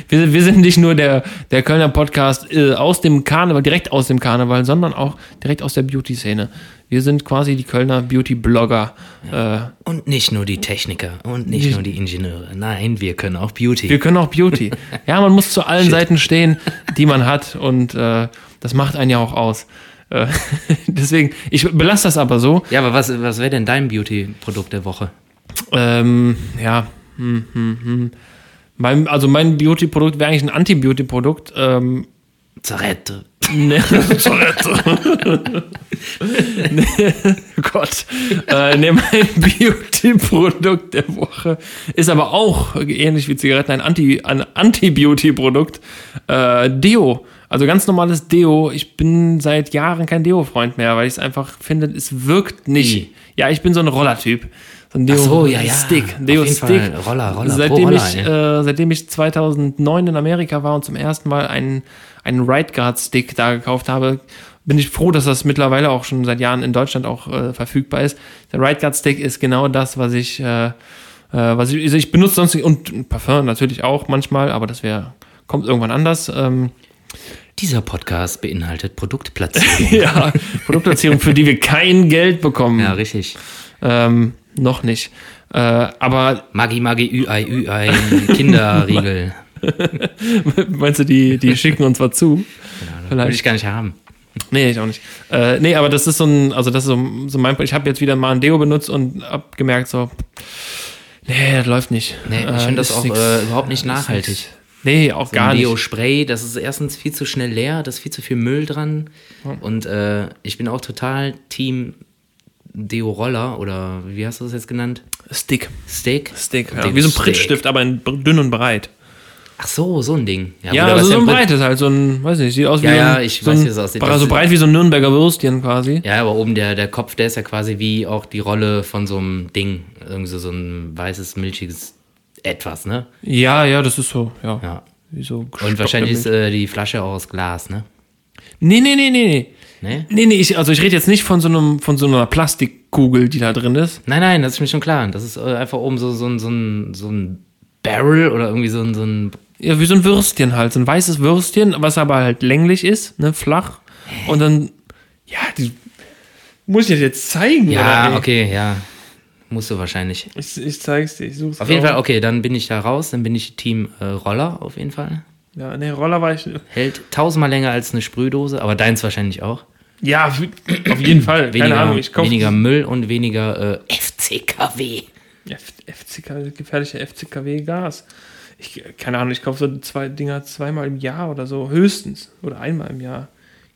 S2: wir, wir sind nicht nur der, der Kölner Podcast äh, aus dem Karneval, direkt aus dem Karneval, sondern auch direkt aus der Beauty-Szene. Wir sind quasi die Kölner Beauty-Blogger. Äh,
S1: Und nicht nur die Techniker und nicht nur die Ingenieure. Nein, wir können auch Beauty.
S2: wir können auch Beauty. ja, man muss zu allen Seiten stehen, die man hat und äh, das macht einen ja auch aus. Äh, deswegen, ich belasse das aber so.
S1: ja, aber was, was wäre denn dein Beauty-Produkt der Woche?
S2: Ähm, ja. Hm, hm, hm. Mein, also mein Beauty-Produkt wäre eigentlich ein Anti-Beauty-Produkt. Ähm,
S1: Zarette.
S2: Nee. nee. Oh Gott. Äh, nee, mein Beauty-Produkt der Woche ist aber auch ähnlich wie Zigaretten ein Anti- ein Anti-Beauty-Produkt. äh, Deo. Also ganz normales Deo. Ich bin seit Jahren kein Deo-Freund mehr, weil ich es einfach finde, es wirkt nicht.
S1: Wie?
S2: Ja, ich bin so ein Roller-Typ. So ein
S1: Ach so, ja, ja.
S2: Deo-Stick.
S1: Auf jeden
S2: Deo-Stick.
S1: Fall. Roller, Roller, pro
S2: Seitdem
S1: Roller,
S2: ich
S1: ey.
S2: äh, seitdem ich 2009 in Amerika war und zum ersten Mal einen, einen Right Guard Stick da gekauft habe, bin ich froh, dass das mittlerweile auch schon seit Jahren in Deutschland auch äh, verfügbar ist. Der Right Guard Stick ist genau das, was ich, äh, äh, was ich, also ich benutze sonst nicht, und Parfum natürlich auch manchmal, aber das wäre, kommt irgendwann anders. Ähm,
S1: Dieser Podcast beinhaltet Produktplatzierung.
S2: ja, Produktplatzierung, für die wir kein Geld bekommen.
S1: ja, richtig.
S2: Ähm, noch nicht. Äh, aber
S1: Maggi, Maggi, Ü-Ei, Ü-Ei, Kinderriegel.
S2: meinst du, die, die schicken uns was zu?
S1: Würde ich gar nicht haben.
S2: Nee, ich auch nicht. Äh, nee, aber das ist so ein, also das ist so, so mein, ich habe jetzt wieder mal ein Deo benutzt und hab gemerkt so, nee, das läuft nicht.
S1: Nee, ich
S2: Äh,
S1: finde das
S2: ist
S1: auch
S2: nix.
S1: äh, überhaupt nicht
S2: Ist nix.
S1: nachhaltig.
S2: Nee, auch gar
S1: Deo
S2: nicht.
S1: Spray, das ist erstens viel zu schnell leer, da ist viel zu viel Müll dran. Und äh, ich bin auch total Team Deo Roller oder wie hast du das jetzt genannt?
S2: Stick.
S1: Steak?
S2: Stick, ja.
S1: Deo
S2: Wie so ein
S1: Stick.
S2: Prittstift, aber in b- dünn und breit.
S1: Ach so, so ein Ding.
S2: Ja,
S1: gut, aber
S2: also
S1: ist
S2: so ein
S1: im Prin-
S2: breites halt, so ein, weiß nicht, sieht aus
S1: Ja,
S2: wie
S1: ja,
S2: ein,
S1: ich
S2: so
S1: weiß,
S2: ein,
S1: wie es aussieht.
S2: aber so
S1: Das-
S2: breit wie so ein Nürnberger Würstchen quasi.
S1: Ja, aber oben der, der Kopf, der ist ja quasi wie auch die Rolle von so einem Ding. Irgendwie so, so ein weißes, milchiges Etwas, ne?
S2: Ja, ja, das ist so, ja.
S1: Ja.
S2: Wie so
S1: Und wahrscheinlich ist
S2: gestockte
S1: äh, die Flasche auch aus Glas, ne?
S2: Milch. Nee, nee, nee, nee, nee.
S1: Ne?
S2: Nee, nee, ich, also ich rede jetzt nicht von so einem, von so einer Plastikkugel, die da drin ist.
S1: Nein, nein, das ist mir schon klar. Das ist äh, einfach oben so, so, ein- so, ein, so ein Barrel oder irgendwie so ein, so ein
S2: Ja, wie so ein Würstchen halt. So ein weißes Würstchen, was aber halt länglich ist, ne, flach. Und dann, ja, die, muss ich das jetzt zeigen?
S1: Ja,
S2: oder wie?
S1: okay, ja. Musst du wahrscheinlich.
S2: Ich, ich zeig's dir, ich such's
S1: Auf jeden
S2: auch.
S1: Fall, okay, dann bin ich da raus, dann bin ich Team äh, Roller auf jeden Fall.
S2: Ja, nee, Roller war ich,
S1: Hält tausendmal länger als eine Sprühdose, aber deins wahrscheinlich auch.
S2: ja, auf jeden Fall,
S1: Weniger,
S2: keine Ahnung, ich kauf.
S1: weniger Müll und weniger äh, FCKW.
S2: F- FCK, gefährlicher FCKW-Gas. Ich, keine Ahnung, ich kaufe so zwei Dinger zweimal im Jahr oder so, höchstens. Oder einmal im Jahr.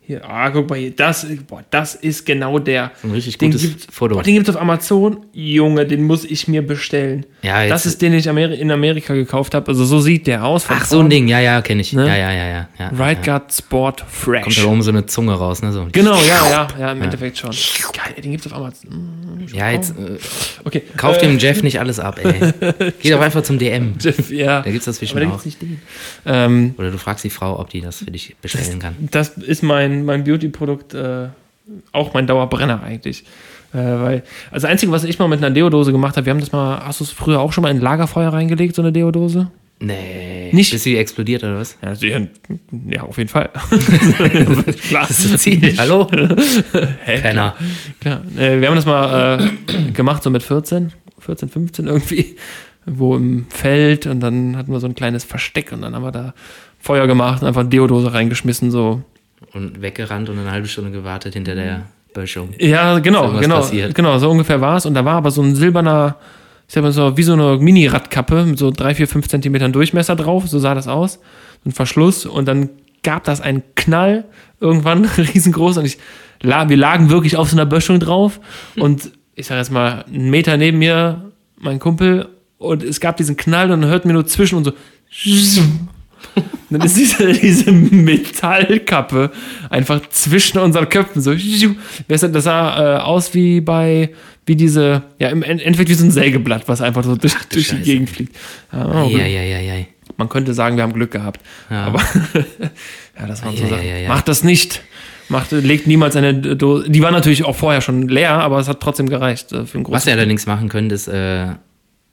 S2: Hier, ah, guck mal hier, das, boah, das ist genau der.
S1: Ein richtig
S2: den
S1: gutes
S2: gibt's,
S1: Foto.
S2: Boah, den gibt's auf Amazon. Junge, den muss ich mir bestellen.
S1: Ja, jetzt-
S2: das ist den, den ich Ameri in Amerika gekauft habe. Also so sieht der aus. von
S1: Ach, so ein
S2: vorne.
S1: Ding, ja, ja, kenne ich.
S2: Ne?
S1: Ja, ja, ja, ja. ja
S2: Right
S1: ja.
S2: Guard Sport
S1: Kommt da
S2: Fresh.
S1: oben so eine Zunge raus, ne? So.
S2: Genau, ja, ja, ja, im Endeffekt schon. Geil, den gibt's auf Amazon.
S1: Ja, jetzt äh,
S2: Okay.
S1: kauf dem Jeff nicht alles ab, ey. Geh doch einfach zum DM.
S2: Äh, ja.
S1: Da gibt's das
S2: Aber
S1: bestimmt
S2: da
S1: auch.
S2: gibt's nicht den. Ähm,
S1: Oder du fragst die Frau, ob die das für dich bestellen kann.
S2: das ist mein, mein Beauty-Produkt, äh, auch mein Dauerbrenner eigentlich. Äh, weil, also das Einzige, was ich mal mit einer Deodose gemacht habe, wir haben das mal, hast du es früher auch schon mal in ein Lagerfeuer reingelegt, so eine Deodose?
S1: Nee.
S2: Nicht-
S1: Bis sie explodiert oder was?
S2: Ja, ja, ja auf jeden Fall. Klar.
S1: Das ist Ziel. Hallo? Penner.
S2: Klar. Äh, wir haben das mal äh, gemacht, so mit 14, 14, 15 irgendwie, wo im Feld und dann hatten wir so ein kleines Versteck und dann haben wir da Feuer gemacht und einfach eine Deodose reingeschmissen, so
S1: und weggerannt und eine halbe Stunde gewartet hinter der Böschung.
S2: Ja, genau,
S1: irgendwas
S2: genau,
S1: passiert.
S2: genau, so ungefähr war es. Und da war aber so ein silberner, ich sag mal so, wie so eine Mini-Radkappe mit so drei, vier, fünf Zentimetern Durchmesser drauf, so sah das aus. So ein Verschluss und dann gab das einen Knall irgendwann riesengroß und ich, la- wir lagen wirklich auf so einer Böschung drauf und ich sag jetzt mal, einen Meter neben mir, mein Kumpel und es gab diesen Knall und dann hörten wir nur zwischen und so Und dann ist diese, diese Metallkappe einfach zwischen unseren Köpfen so. Weißt du, Das sah äh, aus wie bei, wie diese, ja, im End- Endeffekt wie so ein Sägeblatt, was einfach so durch,
S1: du
S2: durch die
S1: Scheiße.
S2: Gegend fliegt. Ja, oh,
S1: Ja, ja, ja, ja.
S2: Man könnte sagen, wir haben Glück gehabt.
S1: Ja.
S2: Aber ja, das waren so
S1: Ja,
S2: Sachen.
S1: ja, ja, ja.
S2: Macht das nicht. Macht, legt niemals eine Dose. Die war natürlich auch vorher schon leer, aber es hat trotzdem gereicht äh, für einen
S1: Was
S2: großen.
S1: ihr allerdings machen könnt, ist äh,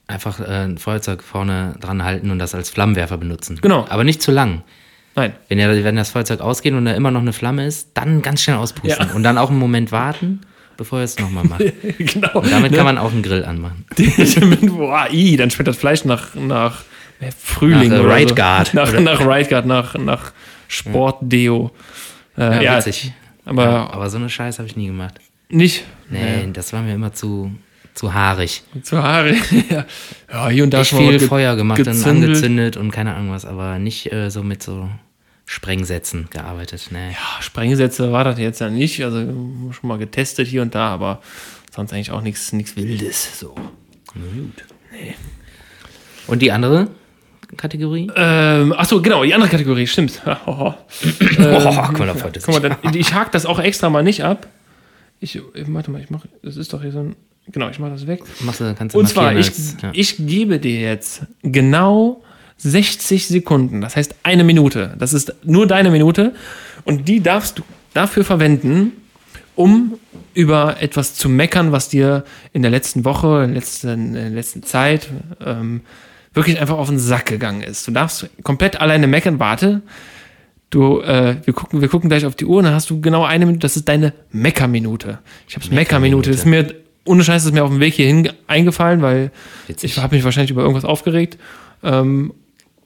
S1: einfach äh, ein Feuerzeug vorne dran halten und das als Flammenwerfer benutzen.
S2: Genau.
S1: Aber nicht zu lang.
S2: Nein.
S1: Wenn, ihr, wenn das Feuerzeug ausgeht und da immer noch eine Flamme ist, dann ganz schnell auspusten
S2: Ja.
S1: und dann auch einen Moment warten, bevor ihr es nochmal macht.
S2: genau.
S1: Damit kann man auch einen Grill anmachen.
S2: Boah, i, dann schmeckt das Fleisch nach, nach äh, Frühling.
S1: Nach, äh,
S2: oder
S1: Right
S2: so.
S1: Guard.
S2: Nach, nach Right Guard, nach, nach Sportdeo. Äh,
S1: Ja,
S2: ja,
S1: witzig.
S2: Aber
S1: ja, aber so eine Scheiße habe ich nie gemacht.
S2: nicht
S1: Nee, das war mir immer zu, zu haarig.
S2: zu haarig. ja. ja, hier und da
S1: Ich
S2: schon mal
S1: viel
S2: was ge-
S1: Feuer gemacht und
S2: gezündelt.
S1: angezündet und keine Ahnung was, aber nicht äh, so mit so Sprengsätzen gearbeitet. Nee.
S2: Ja, Sprengsätze war das jetzt ja nicht. Also wir haben schon mal getestet hier und da, aber sonst eigentlich auch nichts nichts Wildes. So.
S1: Und die andere Kategorie?
S2: Ähm, achso, genau, die andere Kategorie, stimmt. oh,
S1: oh, guck mal, da freut es
S2: Guck
S1: sich.
S2: mal, dann, ich hake das auch extra mal nicht ab. Ich, äh, warte mal, ich mache, das ist doch hier so ein, genau, ich mache das weg.
S1: Machst du, kannst du
S2: Und zwar,
S1: markieren
S2: ich,
S1: als- ja.
S2: ich gebe dir jetzt genau 60 Sekunden, das heißt eine Minute. Das ist nur deine Minute und die darfst du dafür verwenden, um über etwas zu meckern, was dir in der letzten Woche, in der letzten, in der letzten Zeit ähm, wirklich einfach auf den Sack gegangen ist. Du darfst komplett alleine meckern, warte. Du, äh, wir, gucken, wir gucken gleich auf die Uhr und dann hast du genau eine Minute. Das ist deine Meckerminute. Ich habe
S1: Meckerminute.
S2: Meckerminute. Ist mir ohne Scheiß ist mir auf dem Weg hierhin eingefallen, weil
S1: Witzig.
S2: ich habe mich wahrscheinlich über irgendwas aufgeregt. Ähm,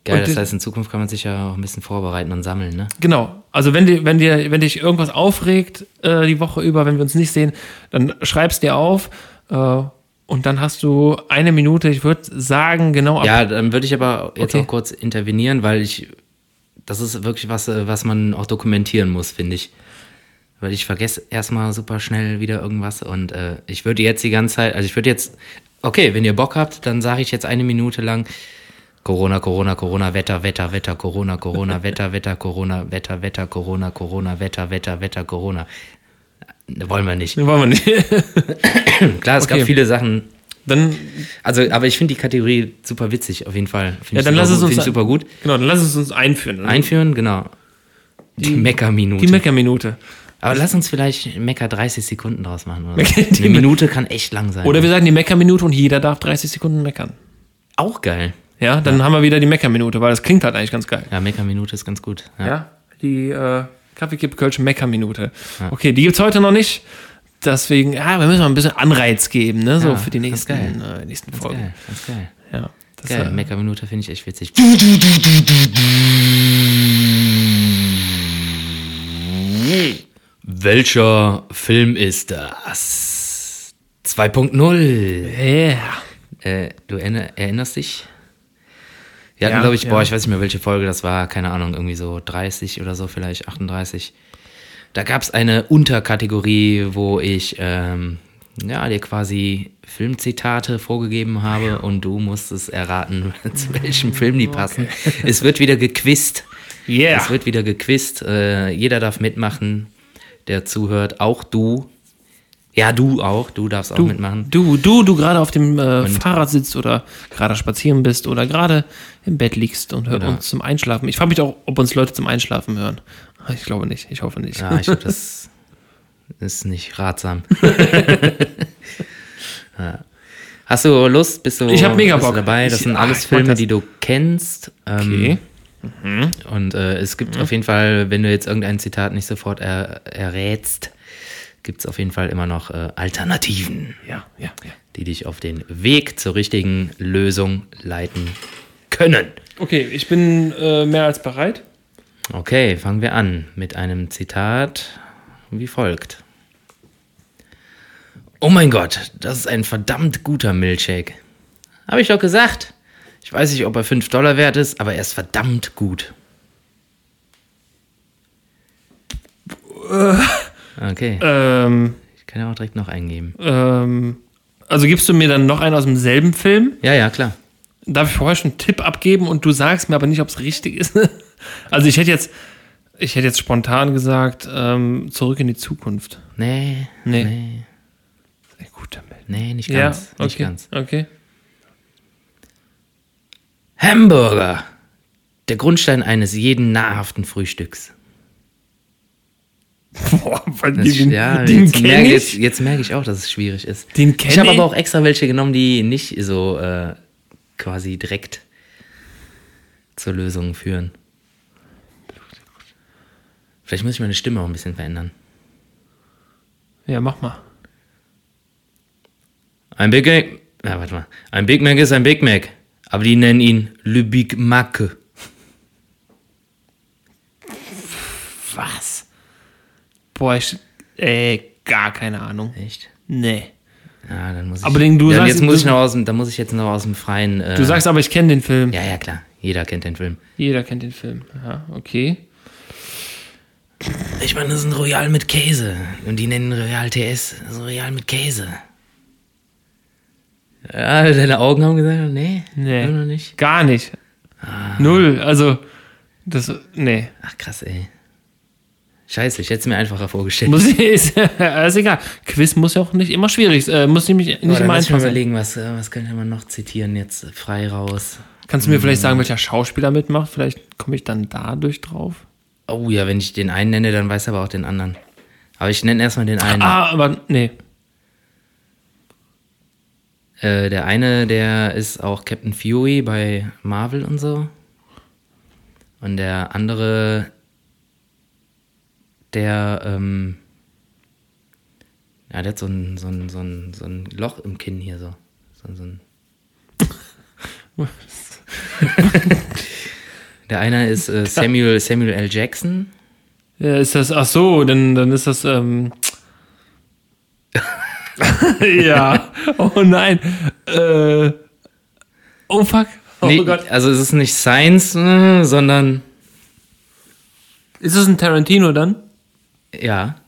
S1: Geil,
S2: und
S1: das
S2: die-
S1: heißt, in Zukunft kann man sich ja auch ein bisschen vorbereiten und sammeln, ne?
S2: genau. Also wenn dir, wenn dir, wenn dich irgendwas aufregt äh, die Woche über, wenn wir uns nicht sehen, dann schreibst dir auf äh, und dann hast du eine Minute. Ich würde sagen genau ab
S1: Ja, dann würde ich aber jetzt
S2: Okay.
S1: auch kurz intervenieren, weil ich, das ist wirklich was, äh, was man auch dokumentieren muss, finde ich. Weil ich vergesse erstmal super schnell wieder irgendwas und äh, ich würde jetzt die ganze Zeit, also ich würde jetzt, okay, wenn ihr Bock habt, dann sage ich jetzt eine Minute lang Corona, Corona, Corona, Wetter, Wetter, Wetter, Corona, Corona, Wetter, Wetter, Corona, Wetter, Wetter, Corona, Corona, Wetter, Wetter, Wetter, Corona. Äh, Wollen wir nicht.
S2: Wollen wir nicht.
S1: Klar, es
S2: Okay.
S1: gab viele Sachen,
S2: Dann,
S1: also, aber ich finde die Kategorie super witzig, auf jeden Fall. Find
S2: Ja,
S1: ich
S2: dann
S1: super
S2: lass es
S1: gut,
S2: uns
S1: find ich
S2: an-
S1: super gut.
S2: genau, dann lass es uns einführen.
S1: Einführen, genau. Die Mecker-Minute.
S2: die Meckerminute.
S1: aber lass uns vielleicht Mecker 30 Sekunden draus machen. Oder? so.
S2: Mecker- die
S1: Eine Minute kann echt lang sein.
S2: Oder wir sagen die Meckerminute und jeder darf 30 Sekunden meckern.
S1: auch geil.
S2: Ja, dann haben wir wieder die Meckerminute, weil das klingt halt eigentlich ganz geil.
S1: Ja, Mecker-Minute ist ganz gut. Ja.
S2: Ja, die äh, Kaffeekipp Kölsch Meckerminute. Okay, die gibt's heute noch nicht. Deswegen, ja, wir müssen mal ein bisschen Anreiz geben, ne, so
S1: Ja,
S2: für die
S1: ganz
S2: nächsten, äh, nächsten Folgen.
S1: Geil, ganz geil.
S2: Ja, das
S1: Geil,
S2: äh,
S1: Mecker-Minute finde ich echt witzig. Welcher Film ist das? 2.0.
S2: yeah.
S1: Äh, du erinner- erinnerst dich? Wir hatten,
S2: Ja,
S1: glaube ich,
S2: ja.
S1: boah, ich weiß nicht mehr, welche Folge das war, keine Ahnung, irgendwie so 30 oder so, vielleicht 38. Da gab es eine Unterkategorie, wo ich ähm, ja, dir quasi Filmzitate vorgegeben habe und du musstest erraten, zu welchem Film die passen. Es wird wieder gequist.
S2: Yeah.
S1: Es wird wieder gequist. Äh, jeder darf mitmachen, der zuhört. Auch du. Ja, du auch. Du darfst auch mitmachen.
S2: Du, du, du gerade auf dem äh, Fahrrad sitzt oder gerade spazieren bist oder gerade im Bett liegst und
S1: Genau.
S2: hört uns zum Einschlafen. Ich frage mich auch, ob uns Leute zum Einschlafen hören. Ich glaube nicht. Ich hoffe nicht.
S1: Ja, Ah, ich glaube, das ist nicht ratsam. Ja. Hast du Lust? Bist du,
S2: Ich hab mega
S1: bist
S2: Bock.
S1: du dabei? Das
S2: Ich-
S1: sind
S2: ah,
S1: alles
S2: ich mag
S1: Filme,
S2: das.
S1: die du kennst. Ähm,
S2: Okay. Mhm.
S1: Und äh, es gibt auf jeden Fall, wenn du jetzt irgendein Zitat nicht sofort er, errätst, gibt es auf jeden Fall immer noch äh, Alternativen,
S2: Ja, ja, ja.
S1: die dich auf den Weg zur richtigen Lösung leiten können.
S2: Okay, ich bin äh, mehr als bereit.
S1: Okay, fangen wir an mit einem Zitat wie folgt. Oh mein Gott, das ist ein verdammt guter Milkshake. Habe ich doch gesagt. Ich weiß nicht, ob er 5 Dollar wert ist, aber er ist verdammt gut. Okay,
S2: Ähm,
S1: ich kann ja auch direkt noch eingeben.
S2: ähm, also gibst du mir dann noch einen aus demselben Film?
S1: Ja, ja, klar.
S2: Darf ich vorher schon einen Tipp abgeben und du sagst mir aber nicht, ob es richtig ist? also ich hätte jetzt, ich hätte jetzt spontan gesagt, ähm, zurück in die Zukunft.
S1: Nee,
S2: Nee.
S1: nee,
S2: Ein guter Mensch.
S1: nee, nicht ganz.
S2: ja, okay,
S1: Nicht ganz.
S2: okay.
S1: Hamburger. Der Grundstein eines jeden nahrhaften Frühstücks.
S2: Boah, weil
S1: Das,
S2: den,
S1: ja,
S2: den
S1: jetzt, merke,
S2: kenne
S1: jetzt,
S2: ich.
S1: jetzt merke ich auch, dass es schwierig ist.
S2: Den kenn
S1: ich habe
S2: ich.
S1: aber auch extra welche genommen, die nicht so äh, quasi direkt zur Lösung führen. Vielleicht muss ich meine Stimme auch ein bisschen verändern.
S2: Ja, mach mal.
S1: Ein Big Mac. Ja, warte mal. Ein Big Mac ist ein Big Mac. Aber die nennen ihn Le Big Mac.
S2: Was? Boah, ich, äh, gar keine Ahnung.
S1: Echt?
S2: Nee.
S1: Ja, dann muss ich.
S2: Aber den du
S1: dann
S2: sagst-
S1: jetzt muss
S2: du-
S1: ich noch aus dem, dann muss ich jetzt noch aus dem freien. Äh,
S2: Du sagst aber, ich kenne den Film.
S1: Ja, ja, klar. Jeder kennt den Film.
S2: Jeder kennt den Film. Ja, okay.
S1: Ich meine, das ist ein Royal mit Käse. Und die nennen Royal TS. Das ist ein Royal mit Käse. Ja, deine Augen haben gesagt, nee,
S2: Nee.
S1: immer noch nicht.
S2: Gar nicht. Null. Also, das, nee.
S1: Ach krass, ey. Scheiße, ich hätte es mir einfacher vorgestellt.
S2: Muss ich, ist, ist egal. Quiz muss ja auch nicht immer schwierig, äh, muss nämlich
S1: Aber dann
S2: nicht immer
S1: muss ich mal
S2: einfach sein.
S1: überlegen, was, äh, was könnte man noch zitieren jetzt äh, frei raus.
S2: Kannst du mir vielleicht sagen, welcher Schauspieler mitmacht? Vielleicht komme ich dann dadurch drauf.
S1: Oh ja, wenn ich den einen nenne, dann weiß er aber auch den anderen. Aber ich nenne erstmal den einen.
S2: Ah, aber nee.
S1: Äh, der eine, der ist auch Captain Fury bei Marvel und so. Und der andere, der, ähm, ja, der hat so ein, so ein, so ein, so ein Loch im Kinn hier so. so, ein- so ein der eine ist äh, Samuel, Samuel L. Jackson.
S2: Ja, ist das, ach so, dann, dann ist das, ähm. ja. Oh nein. Äh, oh fuck. Oh
S1: nee,
S2: Gott.
S1: Also es ist nicht Science, äh, sondern,
S2: Ist es ein Tarantino dann?
S1: ja,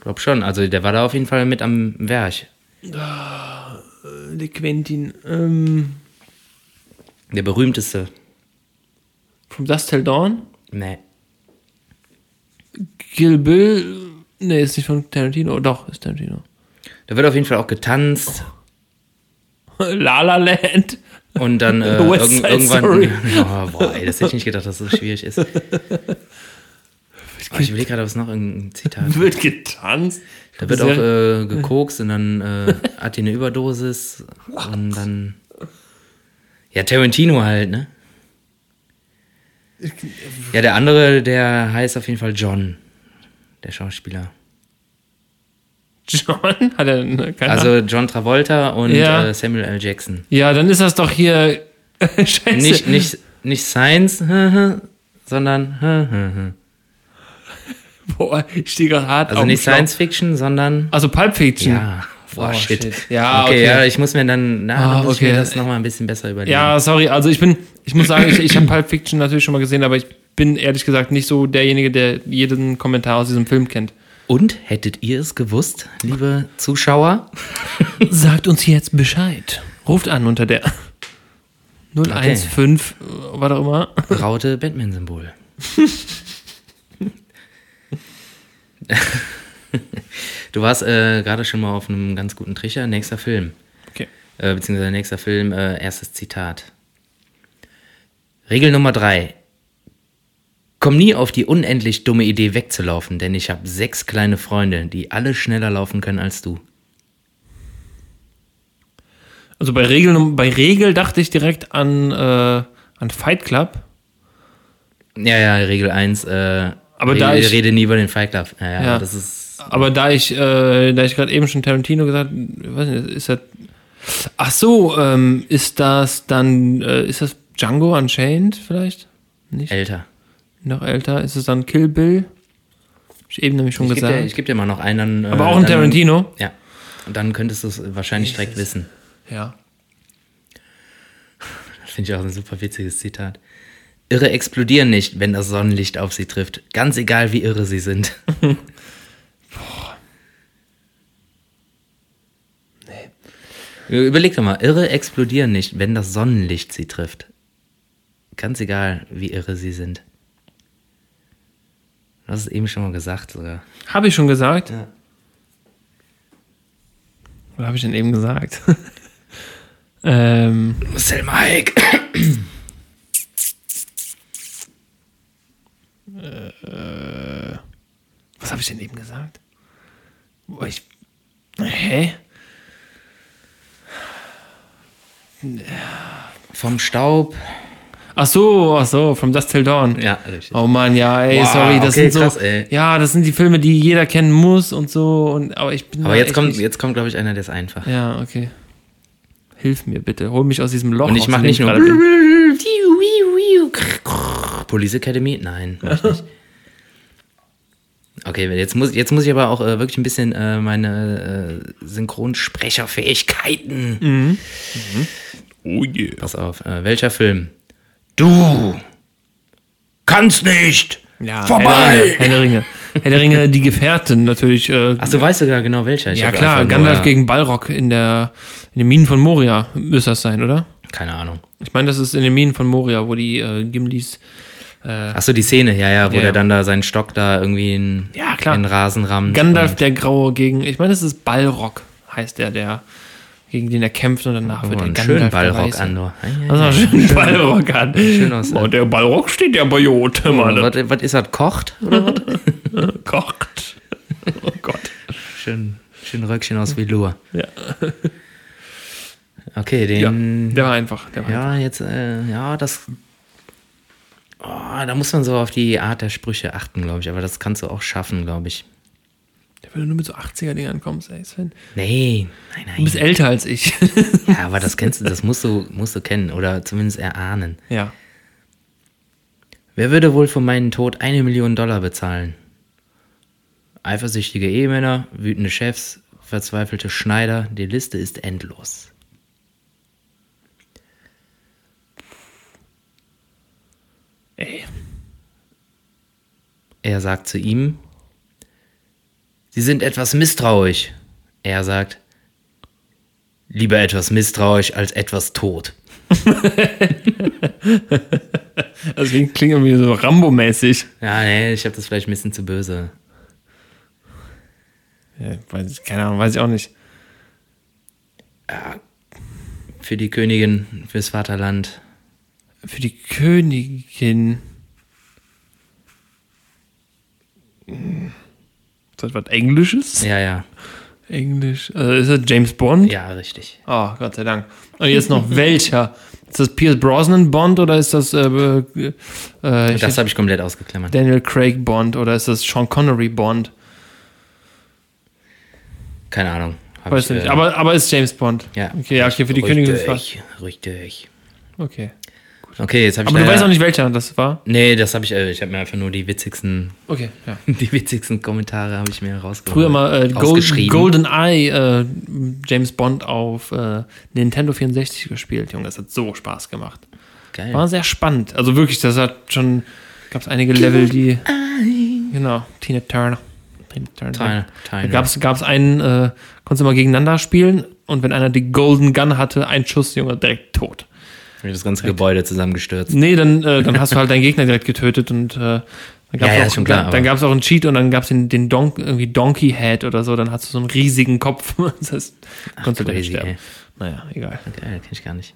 S1: glaub schon. Also der war da auf jeden Fall mit am Werk. Äh,
S2: De Quentin, ähm.
S1: Der berühmteste.
S2: From Dust Till Dawn?
S1: Nee.
S2: Kill Bill? Nee, ist nicht von Tarantino. Doch, ist Tarantino.
S1: Da wird auf jeden Fall auch getanzt
S2: La La Land?
S1: und dann äh,
S2: West
S1: irgend,
S2: Side
S1: irgendwann.
S2: Story.
S1: Oh, boah, ey, das hätte ich nicht gedacht, dass das so schwierig ist. Aber ich überlege gerade, ob es noch irgendein Zitat
S2: Wird getanzt?
S1: Da wird auch äh, gekokst und dann äh, hat die eine Überdosis und dann. Ja, Tarantino halt, ne? Ja, der andere, der heißt auf jeden Fall John, der Schauspieler.
S2: John? Hat er ne, keine Ahnung.
S1: Also John Travolta und
S2: Ja.
S1: äh, Samuel L. Jackson.
S2: Ja, dann ist das doch hier. Scheiße.
S1: nicht, nicht, nicht Science, sondern.
S2: Boah, Oh, ich stehe gerade hart
S1: Also
S2: auf dem
S1: nicht
S2: Schlauch.
S1: Science Fiction, sondern.
S2: Also Pulp Fiction.
S1: Ja. Boah,
S2: Oh,
S1: shit.
S2: shit. Ja,
S1: okay,
S2: okay.
S1: ja, ich muss mir dann, na,
S2: Ah,
S1: dann muss ich
S2: okay.
S1: mir das nochmal ein bisschen besser überlegen.
S2: Ja, sorry. Also ich bin, ich muss sagen, ich, ich habe Pulp Fiction natürlich schon mal gesehen, aber ich bin ehrlich gesagt nicht so derjenige, der jeden Kommentar aus diesem Film kennt.
S1: Und hättet ihr es gewusst, liebe Zuschauer?
S2: Sagt uns jetzt Bescheid. Ruft an unter der 015, äh, was auch immer.
S1: Raute Batman-Symbol. du warst äh, gerade schon mal auf einem ganz guten Tricher. Nächster Film.
S2: Okay.
S1: äh, beziehungsweise nächster Film, äh, erstes Zitat. Regel Nummer drei. Komm nie auf die unendlich dumme Idee wegzulaufen, denn ich habe sechs kleine Freunde, die alle schneller laufen können als du.
S2: Also bei Regel, bei Regel dachte ich direkt an, äh, an Fight Club.
S1: Ja, ja, Regel eins. Äh,
S2: Aber
S1: rede,
S2: da ich-
S1: rede nie über den Fight Club. Ja, ja,
S2: Ja.
S1: das ist.
S2: Aber da ich, äh, da ich gerade eben schon Tarantino gesagt, ich weiß nicht, ist das. Ach so, ähm, ist das dann, äh, ist das Django Unchained vielleicht? Nicht
S1: Älter.
S2: noch älter? Ist es dann Kill Bill? Hab ich eben nämlich schon
S1: Ich gebe dir,
S2: gesagt.
S1: ich geb dir mal noch einen. Dann,
S2: Aber auch ein
S1: Äh, dann,
S2: Tarantino.
S1: Ja. Und dann könntest du es wahrscheinlich direkt wissen.
S2: Ja.
S1: Finde ich auch ein super witziges Zitat. Irre explodieren nicht, wenn das Sonnenlicht auf sie trifft. Ganz egal, wie irre sie sind. Überleg doch mal, Irre explodieren nicht, wenn das Sonnenlicht sie trifft. Ganz egal, wie irre sie sind. Du hast es eben schon mal gesagt sogar.
S2: Habe ich schon gesagt?
S1: Ja.
S2: Was habe ich denn eben gesagt? ähm,
S1: Selma Hayek.
S2: was habe ich denn eben gesagt? Boah, ich. Hä?
S1: Vom Staub.
S2: Ach so, ach so, From Dust Till Dawn.
S1: Ja, richtig.
S2: Oh Mann, ja, ey,
S1: Wow,
S2: sorry, das
S1: okay,
S2: sind so,
S1: krass, ey.
S2: ja, das sind die Filme, die jeder kennen muss und so. Und aber ich bin.
S1: Aber
S2: da
S1: jetzt
S2: echt
S1: kommt,
S2: nicht-
S1: jetzt kommt, glaube ich, einer, der ist einfach.
S2: Ja, okay. Hilf mir bitte, hol mich aus diesem Loch.
S1: Und ich
S2: aus
S1: mach
S2: dem
S1: nicht nur-
S2: gerade bin.
S1: Police Academy? Nein, mach ich nicht. Okay, jetzt muss, jetzt muss ich aber auch äh, wirklich ein bisschen äh, meine äh, Synchronsprecherfähigkeiten.
S2: Mhm.
S1: Mhm.
S2: Oh yeah.
S1: Pass auf, äh, welcher Film? Du kannst nicht!
S2: Ja,
S1: Vorbei!
S2: Herr der Ringe. Herr der Ringe, Herr der Ringe die Gefährten natürlich. Äh,
S1: Ach, du weißt sogar genau welcher. Ich
S2: ja
S1: hab
S2: klar,
S1: einfach
S2: Gandalf
S1: nur-
S2: gegen Balrog in der in den Minen von Moria müsste das sein, oder?
S1: Keine Ahnung.
S2: Ich meine, das ist in den Minen von Moria, wo die äh, Gimlis.
S1: Ach so, die Szene, ja, ja, wo
S2: Äh. Ja, ja.
S1: der dann da seinen Stock da irgendwie in,
S2: Ja, klar.
S1: in den Rasen rammt.
S2: Gandalf der Graue gegen. Ich meine, das ist Balrog, heißt der, der gegen den er kämpft und danach
S1: und,
S2: wird
S1: oh,
S2: er
S1: einen
S2: Gandalf
S1: schönen
S2: der
S1: Ballrock
S2: Weiße.
S1: an, du. Ei, ei,
S2: Also
S1: ei.
S2: einen schönen Ballrock an. Schön
S1: aus,
S2: oh, der Ballrock steht ja bei Jod, Mann.
S1: Was, was ist das, kocht? Oder was?
S2: Kocht. Oh Gott.
S1: Schön, schön Röckchen aus Velour.
S2: Ja.
S1: Okay,
S2: Ja,
S1: den.
S2: der war einfach. Der war
S1: Ja, jetzt, äh, ja, das. Oh, da muss man so auf die Art der Sprüche achten, glaube ich. Aber das kannst du auch schaffen, glaube ich.
S2: Wenn du nur mit so 80er-Dingern kommst, ey, Sven.
S1: Nee, nein,
S2: Du
S1: nein.
S2: bist älter als ich.
S1: Ja, aber das kennst du, das musst du, musst du kennen oder zumindest erahnen.
S2: ja.
S1: Wer würde wohl für meinen Tod eine Million Dollar bezahlen? Eifersüchtige Ehemänner, wütende Chefs, verzweifelte Schneider, die Liste ist endlos.
S2: Ey.
S1: Er sagt zu ihm, Sie sind etwas misstrauisch. Er sagt, lieber etwas misstrauisch als etwas tot.
S2: Deswegen Also, klingt irgendwie so Rambo-mäßig.
S1: Ja, nee, ich habe das vielleicht ein bisschen zu böse.
S2: Ja, weiß ich, keine Ahnung, weiß ich auch nicht.
S1: Für die Königin, fürs Vaterland.
S2: Für die Königin. Hm. Ist das was Englisches?
S1: Ja, ja,
S2: Englisch. Also ist das James Bond?
S1: ja, richtig.
S2: Oh, Gott sei Dank. Und jetzt noch welcher? Ist das Pierce Brosnan Bond oder ist das äh, äh, äh, ich
S1: Das habe ich komplett ausgeklammert.
S2: Daniel Craig Bond oder ist das Sean Connery Bond?
S1: Keine Ahnung. Hab
S2: Weiß
S1: ich,
S2: nicht.
S1: äh,
S2: Aber, aber ist James Bond.
S1: Ja.
S2: Okay, ja, okay, für die
S1: Richtig,
S2: Königin ist was.
S1: Richtig.
S2: Okay.
S1: Okay, jetzt habe ich.
S2: Aber du
S1: leider-
S2: weißt auch nicht, welcher das war?
S1: Nee, das habe ich. äh, Ich habe mir einfach nur die witzigsten,
S2: Okay, ja.
S1: die witzigsten Kommentare habe ich mir rausgeholt.
S2: Früher mal äh, Gold,
S1: Ausgeschrieben.
S2: Golden Eye äh, James Bond auf äh, Nintendo 64 gespielt. Junge, das hat so Spaß gemacht.
S1: Geil.
S2: War sehr spannend. Also wirklich, das hat schon. Gab es einige Level, die. Genau, Tina Turner. Tina Turner.
S1: Tina Turner.
S2: Da gab's, gab's einen, äh, konntest du mal gegeneinander spielen und wenn einer die Golden Gun hatte, ein Schuss, Junge, direkt tot.
S1: Hab ich das ganze Gebäude zusammengestürzt.
S2: Nee, dann, äh, dann hast du halt deinen Gegner direkt getötet und äh, dann gab's
S1: Ja, ja,
S2: auch,
S1: ist schon klar,
S2: dann,
S1: aber-
S2: dann gab's auch einen Cheat und dann gab's den, den Don irgendwie Donkey Head oder so, dann hast du so einen riesigen Kopf. das heißt, konntest du direkt
S1: crazy,
S2: sterben.
S1: ey.
S2: Naja, egal.
S1: Geil, kenn ich gar nicht.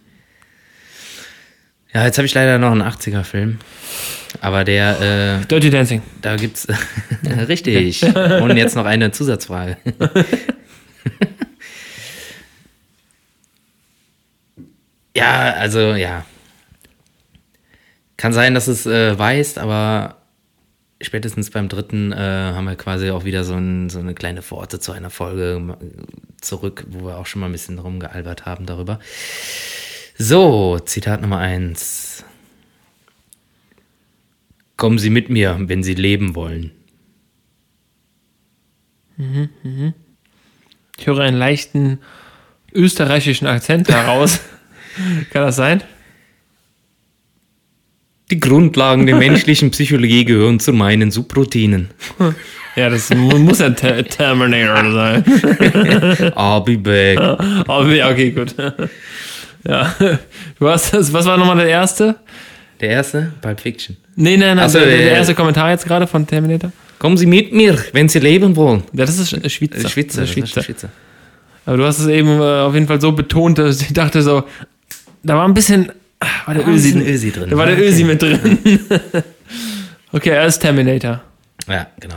S1: Ja, jetzt habe ich leider noch einen 80er-Film. Aber der, äh,
S2: Dirty Dancing.
S1: da gibt's. richtig. Und jetzt noch eine Zusatzfrage. ja, also, ja. Kann sein, dass es äh, weißt, aber spätestens beim dritten äh, haben wir quasi auch wieder so, ein, so eine kleine Pforte zu einer Folge ma- zurück, wo wir auch schon mal ein bisschen rumgealbert haben darüber. So, Zitat Nummer eins. Kommen Sie mit mir, wenn Sie leben wollen.
S2: Ich höre einen leichten österreichischen Akzent heraus. Kann das sein?
S1: Die Grundlagen der menschlichen Psychologie gehören zu meinen Subroutinen.
S2: Ja, das mu- muss ja Ter Terminator sein.
S1: I'll be back.
S2: Aber ja, okay, gut. Ja. Du hast das, was war nochmal der erste?
S1: Der erste, Pulp Fiction.
S2: Nee, nein, nein,
S1: Ach so,
S2: der, der,
S1: ja,
S2: der
S1: ja.
S2: erste Kommentar jetzt gerade von Terminator.
S1: Kommen Sie mit mir, wenn Sie leben wollen.
S2: Ja, das ist Sch- Schweizer.
S1: Äh, Schwitzer,
S2: Schweizer.
S1: Schwitzer. Schwitzer.
S2: Aber du hast es eben äh, auf jeden Fall so betont, dass ich dachte so, da war ein bisschen, ah, war der
S1: Da war ein
S2: Ösi,
S1: bisschen Ösi drin. ne?
S2: Da war der
S1: Okay.
S2: Ösi mit drin. okay, er ist Terminator.
S1: Ja, genau.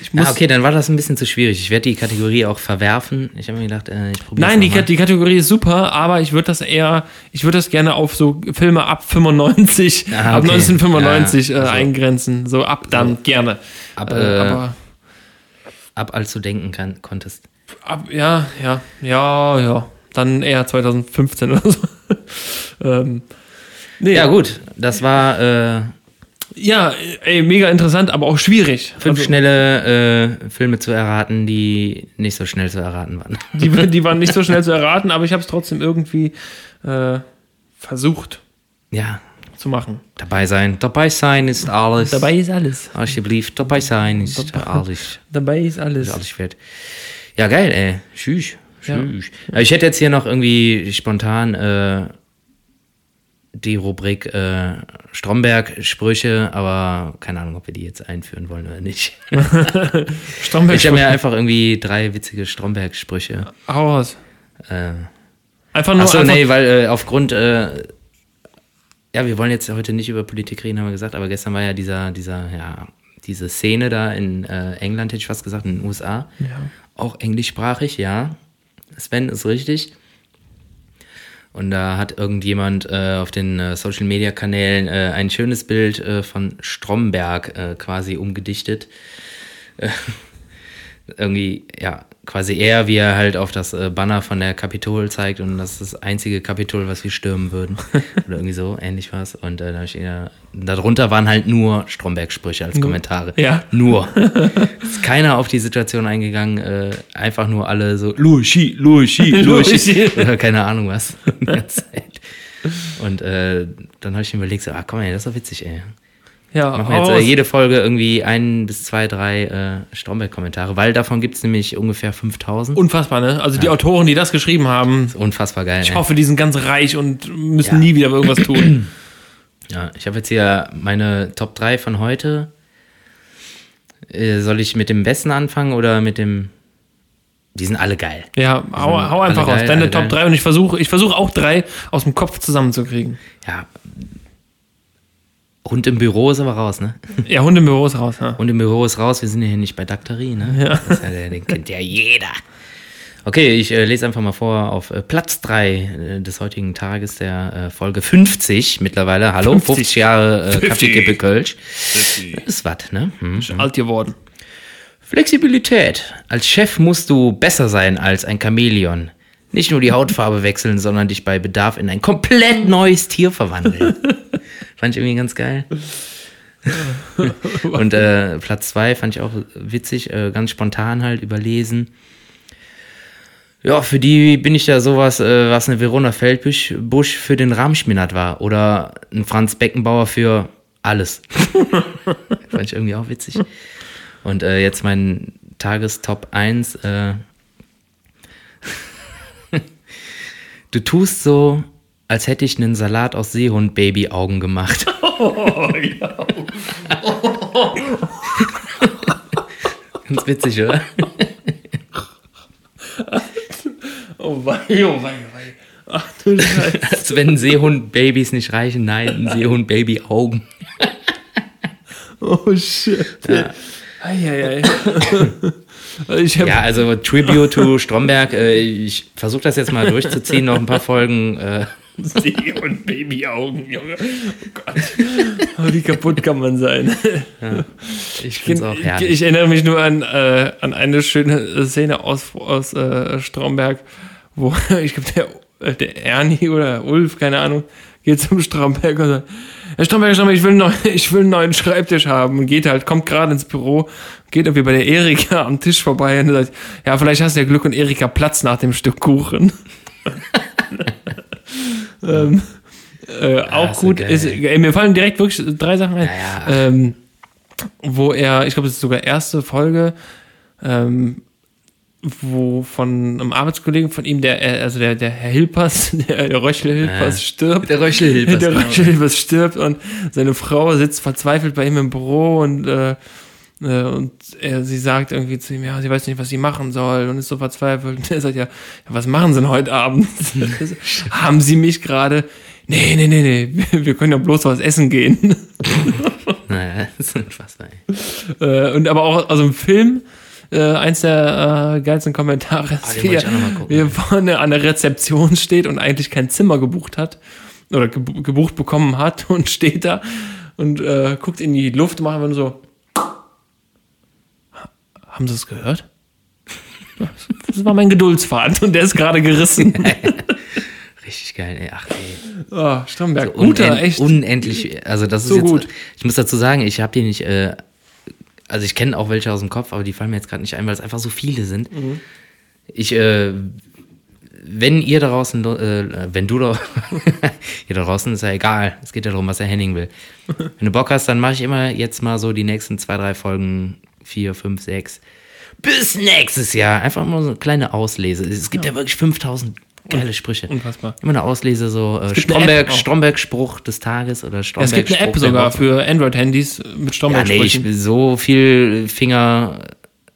S2: Ich muss,
S1: Ja, okay, dann war das ein bisschen zu schwierig. Ich werde die Kategorie auch verwerfen. Ich habe mir gedacht, äh, ich probiere
S2: Nein, die, Kat- die Kategorie ist super, aber ich würde das eher, ich würde das gerne auf so Filme ab 95,
S1: Ah,
S2: ab
S1: okay.
S2: 1995
S1: Ja,
S2: äh,
S1: also-
S2: eingrenzen. So ab dann gerne.
S1: ab,
S2: Äh,
S1: äh,
S2: aber
S1: ab als du denken kann, konntest.
S2: ab, ja, ja, ja, ja. Dann eher 2015 oder so. ähm, nee,
S1: Ja, gut. Das war äh,
S2: Ja, äh, ey, mega interessant, aber auch schwierig.
S1: fünf
S2: Also,
S1: schnelle äh, Filme zu erraten, die nicht so schnell zu erraten waren.
S2: die, die waren nicht so schnell zu erraten, aber ich habe es trotzdem irgendwie äh, versucht
S1: Ja,
S2: zu machen.
S1: dabei sein. Dabei sein ist alles.
S2: ist alles.
S1: Alsjeblieft, dabei sein ist alles.
S2: Dabei ist alles.
S1: Ist alles wert. Ja, geil, ey. Tschüss. Tschüss. Äh, Ich hätte jetzt hier noch irgendwie spontan äh, die Rubrik äh, Stromberg-Sprüche, aber keine Ahnung, ob wir die jetzt einführen wollen oder nicht.
S2: Stromberg,
S1: Ich habe mir einfach irgendwie drei witzige Stromberg-Sprüche.
S2: hau raus.
S1: Äh,
S2: Einfach nur.
S1: Achso,
S2: einfach,
S1: nee, weil äh, aufgrund, äh, ja, wir wollen jetzt heute nicht über Politik reden, haben wir gesagt, aber gestern war ja dieser, dieser, ja, diese Szene da in äh, England, hätte ich fast gesagt, in den USA. Auch englischsprachig, ja. Sven ist richtig. Und da hat irgendjemand äh, auf den äh, Social Media Kanälen äh, ein schönes Bild äh, von Stromberg äh, quasi umgedichtet. Äh, irgendwie, ja, quasi er, wie er halt auf das äh, Banner von der Kapitol zeigt und das ist das einzige Kapitol, was wir stürmen würden. Oder irgendwie so, ähnlich was. Und äh, da hab ich, eher- darunter waren halt nur Stromberg-Sprüche als Kommentare.
S2: Ja.
S1: Nur. ist keiner auf die Situation eingegangen, äh, einfach nur alle so, Luigi, Luigi, Luigi. Oder keine Ahnung was. Die ganze Zeit. Und äh, dann habe ich mir überlegt, so, ah komm ey, das ist doch witzig, ey.
S2: ja,
S1: Machen wir
S2: hau
S1: jetzt
S2: raus.
S1: äh, jede Folge irgendwie ein bis zwei, drei äh, Stromberg-Kommentare, weil davon gibt es nämlich ungefähr 5000.
S2: Unfassbar, ne? Also die Autoren, die das geschrieben haben,
S1: Unfassbar geil.
S2: ich
S1: ey.
S2: hoffe, die sind ganz reich und müssen
S1: Ja.
S2: nie wieder irgendwas tun.
S1: Ja, ich habe jetzt hier meine Top 3 von heute. Äh, soll ich mit dem besten anfangen oder mit dem. Die sind alle geil.
S2: Ja, hau, hau
S1: alle
S2: einfach raus.
S1: geil,
S2: Deine
S1: alle
S2: Top
S1: geil.
S2: 3 und ich versuche ich versuch auch drei aus dem Kopf zusammenzukriegen.
S1: Ja. Hund im Büro ist aber raus, ne?
S2: Ja, Hunde im Büro ist raus. Ja.
S1: Hund im Büro ist raus, wir sind ja hier nicht bei Dakterie, ne? Ja. Das ist ja, der- den kennt ja jeder. Okay, ich äh, lese einfach mal vor auf äh, Platz 3 äh, des heutigen Tages der äh, Folge 50 mittlerweile. Hallo, 50,
S2: 50
S1: Jahre äh,
S2: 50.
S1: Kaffeekippe Kölsch. Ist was, ne? Hm.
S2: Alt geworden.
S1: Flexibilität. Als Chef musst du besser sein als ein Chamäleon. Nicht nur die Hautfarbe wechseln, sondern dich bei Bedarf in ein komplett neues Tier verwandeln. fand ich irgendwie ganz geil. Und äh, Platz zwei fand ich auch witzig, äh, ganz spontan halt überlesen. Ja, für die bin ich ja sowas, äh, was eine Verona Feldbusch Busch für den Rahmschminat war. Oder ein Franz Beckenbauer für alles. fand ich irgendwie auch witzig. Und äh, jetzt mein Tagestop 1. Äh, du tust so, als hätte ich einen Salat aus Seehund-Baby-Augen gemacht. Oh, Ganz witzig, oder?
S2: Oh wei, oh wei, oh wei. Ach du Scheiße.
S1: Als wenn Seehund-Babys nicht reichen. Nein, Seehund-Baby-Augen.
S2: Oh shit. Ja. Ei, ei, ei. ich hab,
S1: Ja, also Tribute to Stromberg. Äh, ich versuche das jetzt mal durchzuziehen, noch ein paar Folgen. Äh,
S2: See- und Babyaugen, Junge. Oh Gott. Oh, wie kaputt kann man sein?
S1: ich finde es auch
S2: ich,
S1: herrlich.
S2: ich erinnere mich nur an, äh, an eine schöne Szene aus, aus äh, Stromberg, wo ich glaube, der, äh, der Ernie oder Ulf, keine Ahnung, geht zum Stromberg und sagt, Herr Stromberg, Herr Stromberg, ich will, einen neuen, ich will einen neuen Schreibtisch haben. Und geht halt, kommt gerade ins Büro, geht irgendwie bei der Erika am Tisch vorbei und sagt, ja, vielleicht hast du ja Glück und Erika Platz nach dem Stück Kuchen. ähm, äh, auch
S1: ist
S2: gut.
S1: geil.
S2: Äh, Ist, ey, mir fallen direkt wirklich drei Sachen ein.
S1: Ja, ja.
S2: Ähm, wo er, ich glaube, es ist sogar erste Folge, ähm, wo von einem Arbeitskollegen von ihm, der, äh, also der, der Herr Hilpers, der, der Röchle Hilpers
S1: Ah.
S2: stirbt.
S1: Der Röchelhilfe.
S2: der Röchle Hilpers stirbt und seine Frau sitzt verzweifelt bei ihm im Büro und, äh, äh, und er, sie sagt irgendwie zu ihm, ja, sie weiß nicht, was sie machen soll und ist so verzweifelt. Und er sagt, ja, ja was machen sie denn heute Abend? Haben sie mich gerade? Nee, nee, nee, nee, wir können ja bloß was essen gehen.
S1: Naja, das ist unfassbar. ey.
S2: Äh, und aber auch aus dem Film, äh, eins der äh, geilsten Kommentare ist,
S1: Ah, den
S2: wie,
S1: wollte
S2: er-
S1: ich auch noch mal gucken.
S2: wie er vorne an der Rezeption steht und eigentlich kein Zimmer gebucht hat oder gebu- gebucht bekommen hat und steht da und äh, guckt in die Luft, macht einfach nur so. Haben Sie es gehört? Das war mein Geduldsfaden und der ist gerade gerissen.
S1: Richtig geil, ey. Ach, ey.
S2: Oh, Stromberg, guter,
S1: Unend-
S2: echt.
S1: Unendlich. Also das
S2: So
S1: ist jetzt.
S2: gut.
S1: Ich muss dazu sagen, ich habe die nicht. Äh, also ich kenne auch welche aus dem Kopf, aber die fallen mir jetzt gerade nicht ein, weil es einfach so viele sind.
S2: Mhm.
S1: Ich, äh, wenn ihr da draußen, äh, wenn du da, ihr da draußen ist ja egal. Es geht ja darum, was der Henning will. Wenn du Bock hast, dann mache ich immer jetzt mal so die nächsten zwei, drei Folgen, vier, fünf, sechs. Bis nächstes Jahr. Einfach mal so eine kleine Auslese. Es gibt ja, wirklich 5000 geile Sprüche.
S2: Unfassbar.
S1: Immer eine Auslese, so äh,
S2: gibt eine
S1: Stromberg,
S2: App auch.
S1: Stromberg-Spruch des Tages oder
S2: Es
S1: Stromberg.
S2: gibt eine App
S1: Spruch der
S2: sogar
S1: Woche.
S2: für Android-Handys mit
S1: Ja, nee,
S2: Stromberg-Sprüchen.
S1: ich, so viel Finger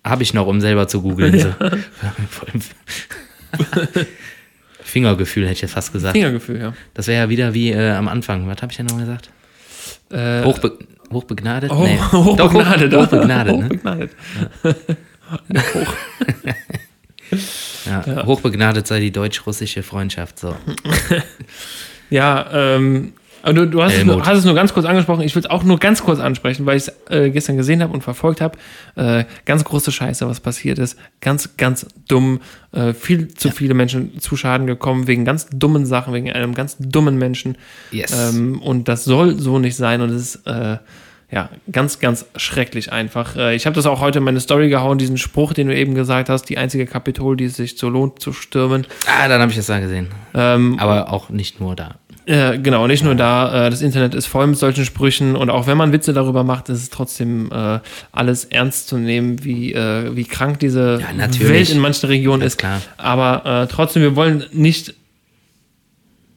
S1: habe ich noch, um selber zu googeln. So. Vor allem- Fingergefühl hätte ich jetzt fast gesagt.
S2: Fingergefühl, ja.
S1: Das wäre ja wieder wie äh, am Anfang. Was habe ich denn noch gesagt?
S2: Äh,
S1: Hochbe hochbegnadet?
S2: Hoch,
S1: Nee. Doch,
S2: hochbegnadet.
S1: Hoch,
S2: Oh,
S1: hochbegnadet, oh, ne?
S2: hochbegnadet.
S1: Ja. Hochbegnadet sei die deutsch-russische Freundschaft. So.
S2: Ja, ähm, aber du, du hast, es
S1: Helmut.
S2: nur, hast es nur ganz kurz angesprochen. Ich will es auch nur ganz kurz ansprechen, weil ich es äh, gestern gesehen habe und verfolgt habe. Äh, ganz große Scheiße, was passiert ist. Ganz, ganz dumm. Äh, viel zu viele Menschen zu Schaden gekommen wegen ganz dummen Sachen, wegen einem ganz dummen Menschen.
S1: Yes.
S2: Ähm, und das soll so nicht sein und es ist äh, ja ganz, ganz schrecklich einfach. Äh, ich habe das auch heute in meine Story gehauen, diesen Spruch, den du eben gesagt hast, die einzige Kapitol, die es sich so lohnt zu stürmen.
S1: Ah, dann habe ich das da gesehen.
S2: Ähm,
S1: Aber auch nicht nur da.
S2: äh, genau, nicht nur da. Äh, das Internet ist voll mit solchen Sprüchen und auch wenn man Witze darüber macht, ist es trotzdem äh, alles ernst zu nehmen, wie, äh, wie krank diese
S1: Ja, natürlich.
S2: Welt in manchen Regionen
S1: Ganz
S2: ist.
S1: klar.
S2: Aber äh, trotzdem, wir wollen nicht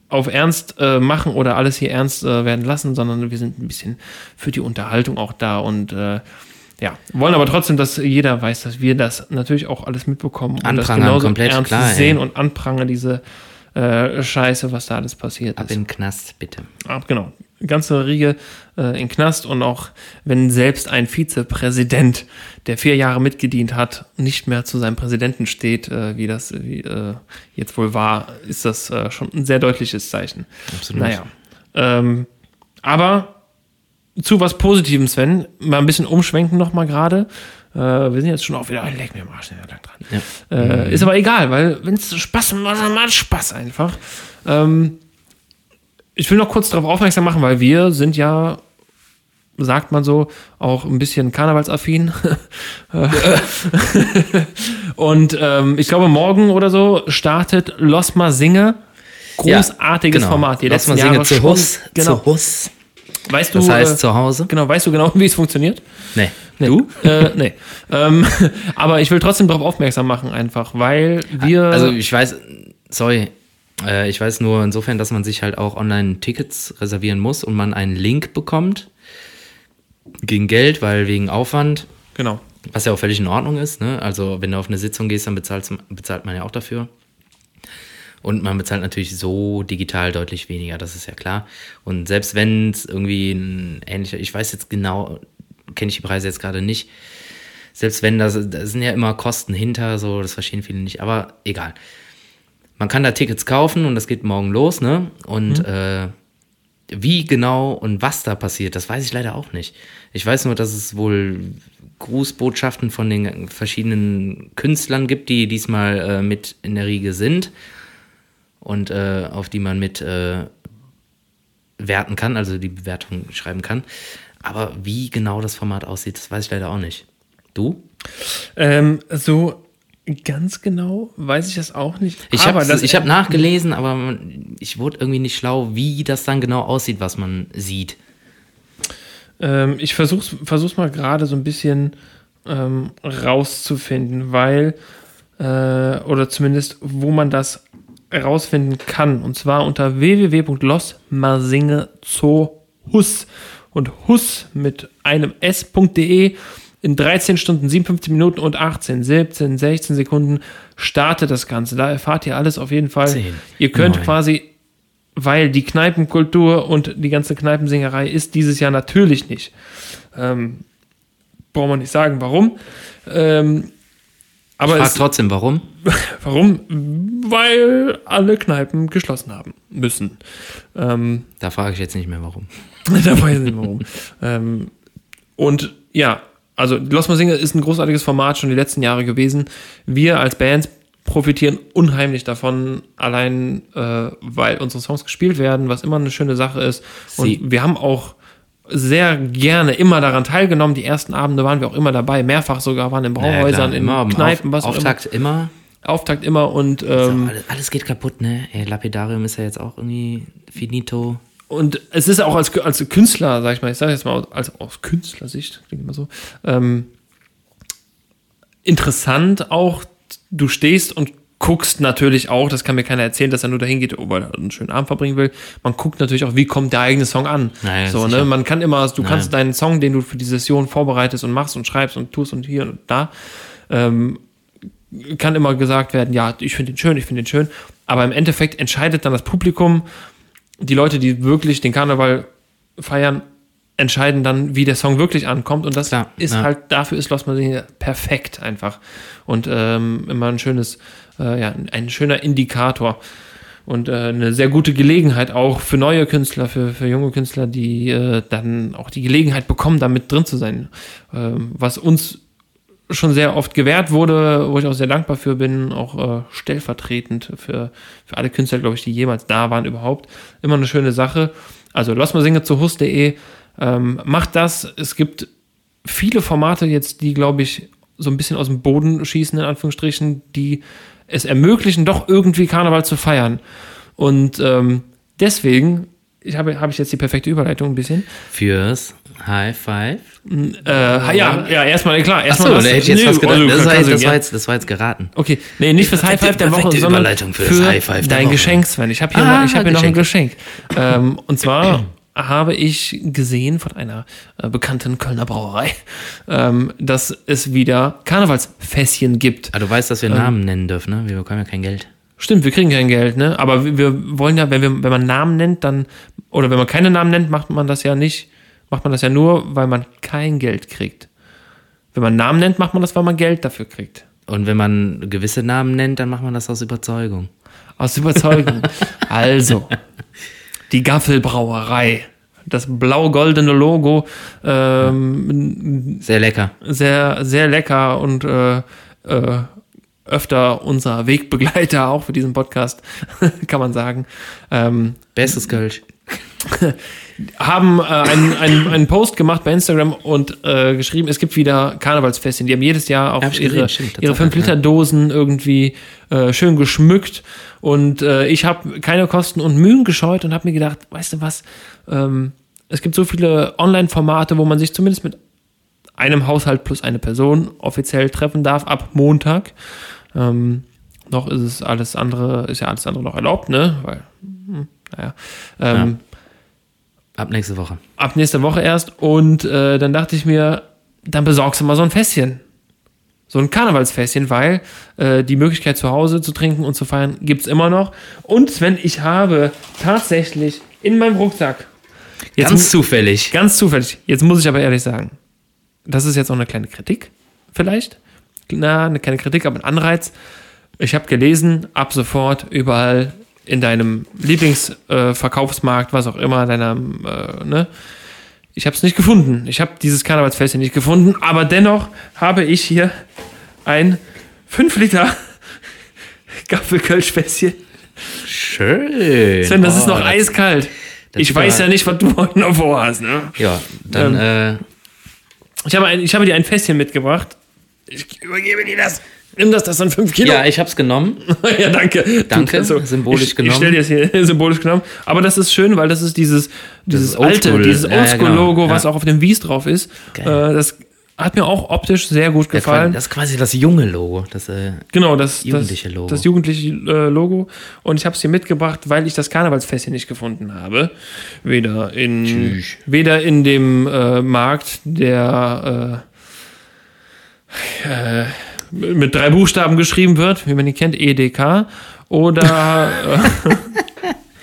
S2: auf ernst äh, machen oder alles hier ernst äh, werden lassen, sondern wir sind ein bisschen für die Unterhaltung auch da und äh, ja, wollen aber trotzdem, dass jeder weiß, dass wir das natürlich auch alles mitbekommen und das
S1: Anprangern, komplett,
S2: ernst
S1: klar, ey.
S2: sehen und anprangern diese äh, Scheiße, was da alles passiert
S1: Ab
S2: ist.
S1: in den Knast, bitte.
S2: Ab, genau. Ganze Riege äh, in Knast und auch wenn selbst ein Vizepräsident, der vier Jahre mitgedient hat, nicht mehr zu seinem Präsidenten steht, äh, wie das wie, äh, jetzt wohl war, ist das äh, schon ein sehr deutliches Zeichen.
S1: Absolut.
S2: Naja. Ähm, aber zu was Positivem, Sven, mal ein bisschen umschwenken nochmal gerade. Äh, wir sind jetzt schon auch wieder, leck mir am Arsch, ja, lang dran.
S1: Ja.
S2: Äh, Ist aber egal, weil wenn es Spaß macht, dann macht Spaß einfach. Ähm, ich will noch kurz darauf aufmerksam machen, weil wir sind ja, sagt man so, auch ein bisschen karnevalsaffin. Äh, Und ähm, ich glaube, morgen oder so startet Losma Singe. Großartiges
S1: Genau.
S2: Format. Die
S1: Lass
S2: letzten
S1: mal singen
S2: Jahre
S1: zu
S2: schon-
S1: Hus.
S2: Genau.
S1: Zu Hus.
S2: Weißt du,
S1: Das heißt
S2: äh,
S1: zu Hause.
S2: genau, weißt du genau, wie es funktioniert?
S1: Nee.
S2: Nee. Du? Äh, nee. Ähm, aber ich will trotzdem darauf aufmerksam machen, einfach, weil wir.
S1: Also ich weiß, sorry, äh, ich weiß nur insofern, dass man sich halt auch online Tickets reservieren muss und man einen Link bekommt gegen Geld, weil wegen Aufwand,
S2: genau.
S1: was ja auch völlig in Ordnung ist. Ne? Also wenn du auf eine Sitzung gehst, dann bezahlst, bezahlt man ja auch dafür. Und man bezahlt natürlich so digital deutlich weniger, das ist ja klar. Und selbst wenn es irgendwie ein ähnlicher, ich weiß jetzt genau, kenne ich die Preise jetzt gerade nicht, selbst wenn das, da sind ja immer Kosten hinter, so, das verstehen viele nicht, aber egal. Man kann da Tickets kaufen und das geht morgen los, ne? Und äh, wie genau und was da passiert, das weiß ich leider auch nicht. Ich weiß nur, dass es wohl Grußbotschaften von den verschiedenen Künstlern gibt, die diesmal äh, mit in der Riege sind und äh, auf die man mit äh, werten kann, also die Bewertung schreiben kann. Aber wie genau das Format aussieht, das weiß ich leider auch nicht. Du?
S2: Ähm, so ganz genau weiß ich das auch nicht.
S1: Ich
S2: aber
S1: habe
S2: das, äh,
S1: hab nachgelesen, aber man- ich wurde irgendwie nicht schlau, wie das dann genau aussieht, was man sieht.
S2: Ähm, ich versuch's, versuch's mal gerade so ein bisschen ähm, rauszufinden, weil, äh, oder zumindest, wo man das rausfinden kann. Und zwar unter www.losmarsingezohus und hus mit einem s.de E in 13 Stunden, 57 Minuten und 18, 17, 16 Sekunden startet das Ganze. Da erfahrt ihr alles auf jeden Fall.
S1: Zehn,
S2: ihr könnt
S1: neun.
S2: quasi, weil die Kneipenkultur und die ganze Kneipensingerei ist dieses Jahr natürlich nicht. Ähm, braucht man nicht sagen, warum. Ähm, aber
S1: Frag
S2: es,
S1: trotzdem, warum?
S2: warum? Weil alle Kneipen geschlossen haben müssen. Ähm,
S1: Da frage ich jetzt nicht mehr, warum.
S2: da weiß ich nicht warum. ähm, und ja, also Lost My Singer ist ein großartiges Format schon die letzten Jahre gewesen. Wir als Bands profitieren unheimlich davon, allein äh, weil unsere Songs gespielt werden, was immer eine schöne Sache ist.
S1: Sie-
S2: Und wir haben auch sehr gerne immer daran teilgenommen. Die ersten Abende waren wir auch immer dabei, mehrfach sogar waren in
S1: Naja,
S2: Brauhäusern,
S1: klar,
S2: in
S1: am
S2: Kneipen, was auch
S1: Auftakt immer.
S2: immer. Auftakt immer und
S1: So,
S2: ähm,
S1: alles, alles geht kaputt, ne? Ey, Lapidarium ist ja jetzt auch irgendwie finito.
S2: und es ist auch als, als Künstler, sag ich mal, ich sage jetzt mal als, aus Künstlersicht, klingt immer so, ähm, interessant auch, du stehst und guckst natürlich auch, das kann mir keiner erzählen, dass er nur dahin geht, oh, weil er einen schönen Abend verbringen will. Man guckt natürlich auch, wie kommt der eigene Song an.
S1: Naja,
S2: so,
S1: sicher.
S2: ne? Man kann immer, du kannst deinen Song, den du für die Session vorbereitest und machst und schreibst und tust und hier und da, ähm, kann immer gesagt werden, ja, ich finde den schön, ich finde den schön. Aber im Endeffekt entscheidet dann das Publikum, die Leute, die wirklich den Karneval feiern, entscheiden dann, wie der Song wirklich ankommt. Und das
S1: Klar,
S2: ist
S1: ja.
S2: halt, dafür ist Lost Marine perfekt einfach. Und ähm, immer ein schönes, äh, ja, ein schöner Indikator. Und äh, eine sehr gute Gelegenheit auch für neue Künstler, für, für junge Künstler, die äh, dann auch die Gelegenheit bekommen, da mit drin zu sein. Ähm, was uns schon sehr oft gewährt wurde, wo ich auch sehr dankbar für bin, auch äh, stellvertretend für, für alle Künstler, glaube ich, die jemals da waren überhaupt. Immer eine schöne Sache. Also lassmalsinge zu hus.de, ähm, macht das. Es gibt viele Formate jetzt, die, glaube ich, so ein bisschen aus dem Boden schießen, in Anführungsstrichen, die es ermöglichen, doch irgendwie Karneval zu feiern. Und ähm, deswegen, ich habe, habe ich jetzt die perfekte Überleitung ein bisschen.
S1: Fürs High Five.
S2: Äh, ja, ja, erstmal, klar, erstmal.
S1: Achso,
S2: das-
S1: da hätte ich jetzt
S2: Nee,
S1: was gedacht.
S2: also,
S1: das, war
S2: kannst
S1: jetzt,
S2: du
S1: das,
S2: gerne-
S1: war jetzt, das war jetzt geraten.
S2: Okay, nee, nicht fürs High
S1: Perfekte-
S2: Five der Woche,
S1: perfekte
S2: sondern
S1: Überleitung
S2: für
S1: fürs High Five der
S2: dein
S1: Woche.
S2: Geschenk, Sven. Ich habe hier,
S1: Ah,
S2: noch, ich hab hier noch ein
S1: Geschenk.
S2: Geschenk. ähm, und zwar habe ich gesehen von einer äh, bekannten Kölner Brauerei, ähm, dass es wieder Karnevalsfässchen gibt.
S1: Ah, du weißt, dass wir Namen nennen dürfen, ne? Wir bekommen ja kein Geld.
S2: Stimmt, wir kriegen kein Geld, ne? Aber wir- wir wollen ja, wenn, wir, wenn man Namen nennt, dann, oder wenn man keine Namen nennt, macht man das ja nicht, macht man das ja nur, weil man kein Geld kriegt. Wenn man Namen nennt, macht man das, weil man Geld dafür kriegt.
S1: Und wenn man gewisse Namen nennt, dann macht man das aus Überzeugung.
S2: Aus Überzeugung. also, die Gaffelbrauerei. Das blau-goldene Logo. Ähm,
S1: Sehr lecker.
S2: sehr, sehr lecker und äh, äh, öfter unser Wegbegleiter auch für diesen Podcast, kann man sagen. Ähm,
S1: Bestes Kölsch.
S2: haben äh, einen, einen, einen Post gemacht bei Instagram und äh, geschrieben, es gibt wieder Karnevalsfestchen. Die haben jedes Jahr auch
S1: Hab ich
S2: ihre,
S1: gesehen, stimmt,
S2: ihre
S1: tatsächlich,
S2: 5-Liter-Dosen irgendwie äh, schön geschmückt. Und äh, ich habe keine Kosten und Mühen gescheut und habe mir gedacht, weißt du was, ähm, es gibt so viele Online-Formate, wo man sich zumindest mit einem Haushalt plus eine Person offiziell treffen darf ab Montag. Ähm, noch ist es alles andere, ist ja alles andere noch erlaubt, ne? Weil, hm, naja. Ähm,
S1: Ab nächste Woche.
S2: ab nächster Woche erst. Und äh, dann dachte ich mir, dann besorgst du mal so ein Fässchen. So ein Karnevalsfässchen, weil äh, die Möglichkeit zu Hause zu trinken und zu feiern gibt's immer noch. Und Sven, ich habe tatsächlich in meinem Rucksack. Jetzt
S1: Ganz zufällig.
S2: Ganz zufällig. Jetzt muss ich aber ehrlich sagen, das ist jetzt auch eine kleine Kritik, vielleicht. Na, eine kleine Kritik, aber ein Anreiz. Ich habe gelesen, ab sofort überall in deinem Lieblingsverkaufsmarkt, äh, Verkaufsmarkt, was auch immer, deinem, äh, ne? Ich habe es nicht gefunden. Ich habe dieses Karnevalsfest nicht gefunden, aber dennoch habe ich hier ein 5 Liter Gaffelkölschfässchen.
S1: Schön.
S2: Sven, das ist
S1: Oh,
S2: noch eiskalt.
S1: das
S2: Ich
S1: sieht
S2: weiß
S1: aber-
S2: ja nicht, was du heute noch vorhast, ne?
S1: Ja, dann äh,
S2: Ich habe, ein, ich habe dir ein Fässchen mitgebracht. Ich übergebe dir das. Nimm das, das sind fünf Kilo.
S1: Ja, ich hab's genommen.
S2: ja, danke.
S1: Danke,
S2: Also,
S1: symbolisch
S2: ich,
S1: genommen.
S2: Ich stelle dir das hier symbolisch genommen. Aber das ist schön, weil das ist dieses, dieses
S1: ist
S2: alte,
S1: oldschool.
S2: dieses
S1: Ja, ja,
S2: Oldschool-Logo,
S1: genau. Ja.
S2: was auch auf dem Wies drauf ist. Äh,
S1: Geil.
S2: das hat mir auch optisch sehr gut
S1: Das, war-
S2: gefallen.
S1: das ist quasi das junge Logo. Das, äh,
S2: genau, das
S1: jugendliche
S2: das,
S1: Logo.
S2: Das jugendliche äh, Logo. Und ich habe es hier mitgebracht, weil ich das Karnevalsfest hier nicht gefunden habe. Weder in
S1: Tschüss.
S2: weder in dem äh, Markt, der äh, mit drei Buchstaben geschrieben wird, wie man ihn kennt, EDK, oder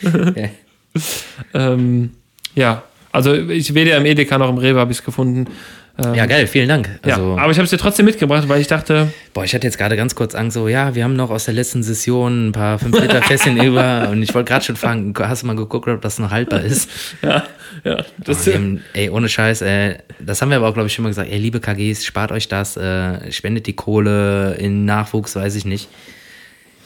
S2: äh, ähm, ja, also ich weder im EDK noch im Rewe habe ich es gefunden. Ähm,
S1: ja, geil, vielen Dank.
S2: ja,
S1: Also,
S2: aber ich habe es dir trotzdem mitgebracht, weil ich dachte,
S1: boah, ich hatte jetzt gerade ganz kurz Angst, so, ja, wir haben noch aus der letzten Session ein paar 5 Liter Fässchen über und ich wollte gerade schon fragen, hast du mal geguckt, ob das noch haltbar ist?
S2: ja, ja, das,
S1: Wir haben, ey, ohne Scheiß, äh, das haben wir aber auch, glaube ich, schon mal gesagt. Ey, liebe KGs, spart euch das, äh, spendet die Kohle in Nachwuchs, weiß ich nicht.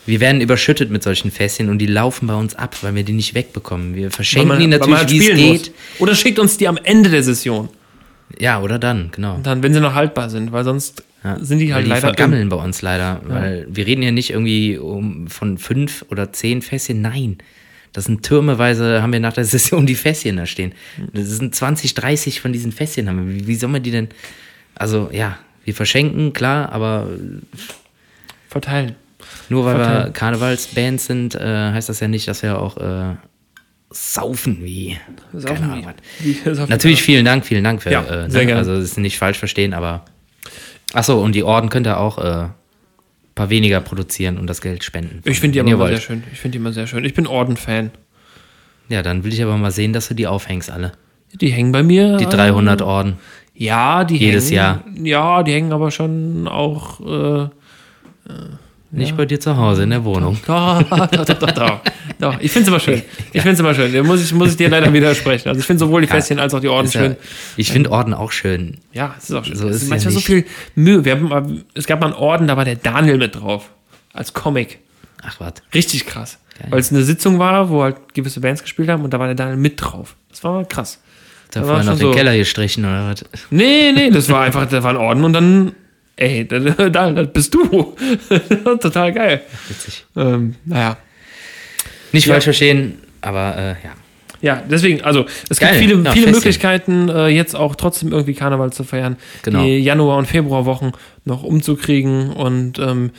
S1: Wir werden überschüttet mit solchen Fässchen und die laufen bei uns ab, weil wir die nicht wegbekommen. Wir verschenken die
S2: weil
S1: natürlich,
S2: halt
S1: wie es
S2: spielen
S1: geht.
S2: Muss. Oder schickt uns die am Ende der Session,
S1: Ja, oder dann, genau.
S2: dann, wenn sie noch haltbar sind, weil sonst
S1: Ja.
S2: sind die
S1: Weil
S2: halt
S1: die
S2: leider.
S1: vergammeln bei uns leider, weil wir reden ja nicht irgendwie um, von fünf oder zehn Fässchen, nein. Das sind türmeweise, haben wir nach der Session die Fässchen da stehen. Das sind 20, 30 von diesen Fässchen haben wir. Wie, wie soll man die denn? Also ja, wir verschenken, klar, aber
S2: verteilen.
S1: nur weil wir
S2: Verteilen.
S1: Karnevalsbands sind, äh, heißt das ja nicht, dass wir auch äh, saufen wie.
S2: Saufen
S1: Keine
S2: wie.
S1: Ahnung. was.
S2: Die- das auf-
S1: Natürlich vielen Dank, vielen Dank. Für,
S2: Ja,
S1: äh,
S2: sehr
S1: ne?
S2: gerne.
S1: Also das ist nicht falsch verstehen, aber achso, und die Orden könnt ihr auch äh, ein paar weniger produzieren und das Geld spenden.
S2: Ich finde die
S1: Wenn ihr
S2: aber immer
S1: wollt.
S2: sehr schön. Ich finde die immer sehr schön. Ich bin Orden-Fan.
S1: Ja, dann will ich aber mal sehen, dass du die aufhängst alle.
S2: Die hängen bei mir.
S1: Die
S2: äh,
S1: 300 Orden.
S2: Ja, die
S1: Jedes Jahr.
S2: hängen. Ja, die hängen aber schon auch. Äh,
S1: Nicht bei dir zu Hause in der Wohnung.
S2: da, da, da, da, da, da. Ich finde es immer schön. Ich finde es immer schön. Da Muss ich, muss ich dir leider widersprechen. Also ich finde sowohl die Fässchen als auch die Orden
S1: Ist ja,
S2: schön.
S1: ich finde Orden auch schön.
S2: Ja, es ist auch schön.
S1: So
S2: es
S1: ist
S2: ist
S1: ja
S2: manchmal so
S1: nicht.
S2: viel Mühe. Wir haben mal, es gab mal einen Orden, da war der Daniel mit drauf. Als Comic.
S1: Ach was.
S2: Richtig krass. Weil es eine Sitzung war, wo halt gewisse Bands gespielt haben und da war der Daniel mit drauf. Das war krass.
S1: Da
S2: war
S1: vorhin
S2: schon
S1: auf den
S2: so-
S1: Keller gestrichen oder was?
S2: Nee, nee, das war einfach, da war ein Orden und dann, ey, da, da, das bist du. Total geil.
S1: Witzig.
S2: Ähm, naja.
S1: Nicht falsch verstehen, aber äh, ja.
S2: Ja, deswegen, also es
S1: Geil.
S2: gibt viele,
S1: Ja,
S2: viele
S1: Festchen.
S2: Möglichkeiten, äh, jetzt auch trotzdem irgendwie Karneval zu feiern,
S1: Genau.
S2: die Januar- und Februarwochen noch umzukriegen. Und ähm,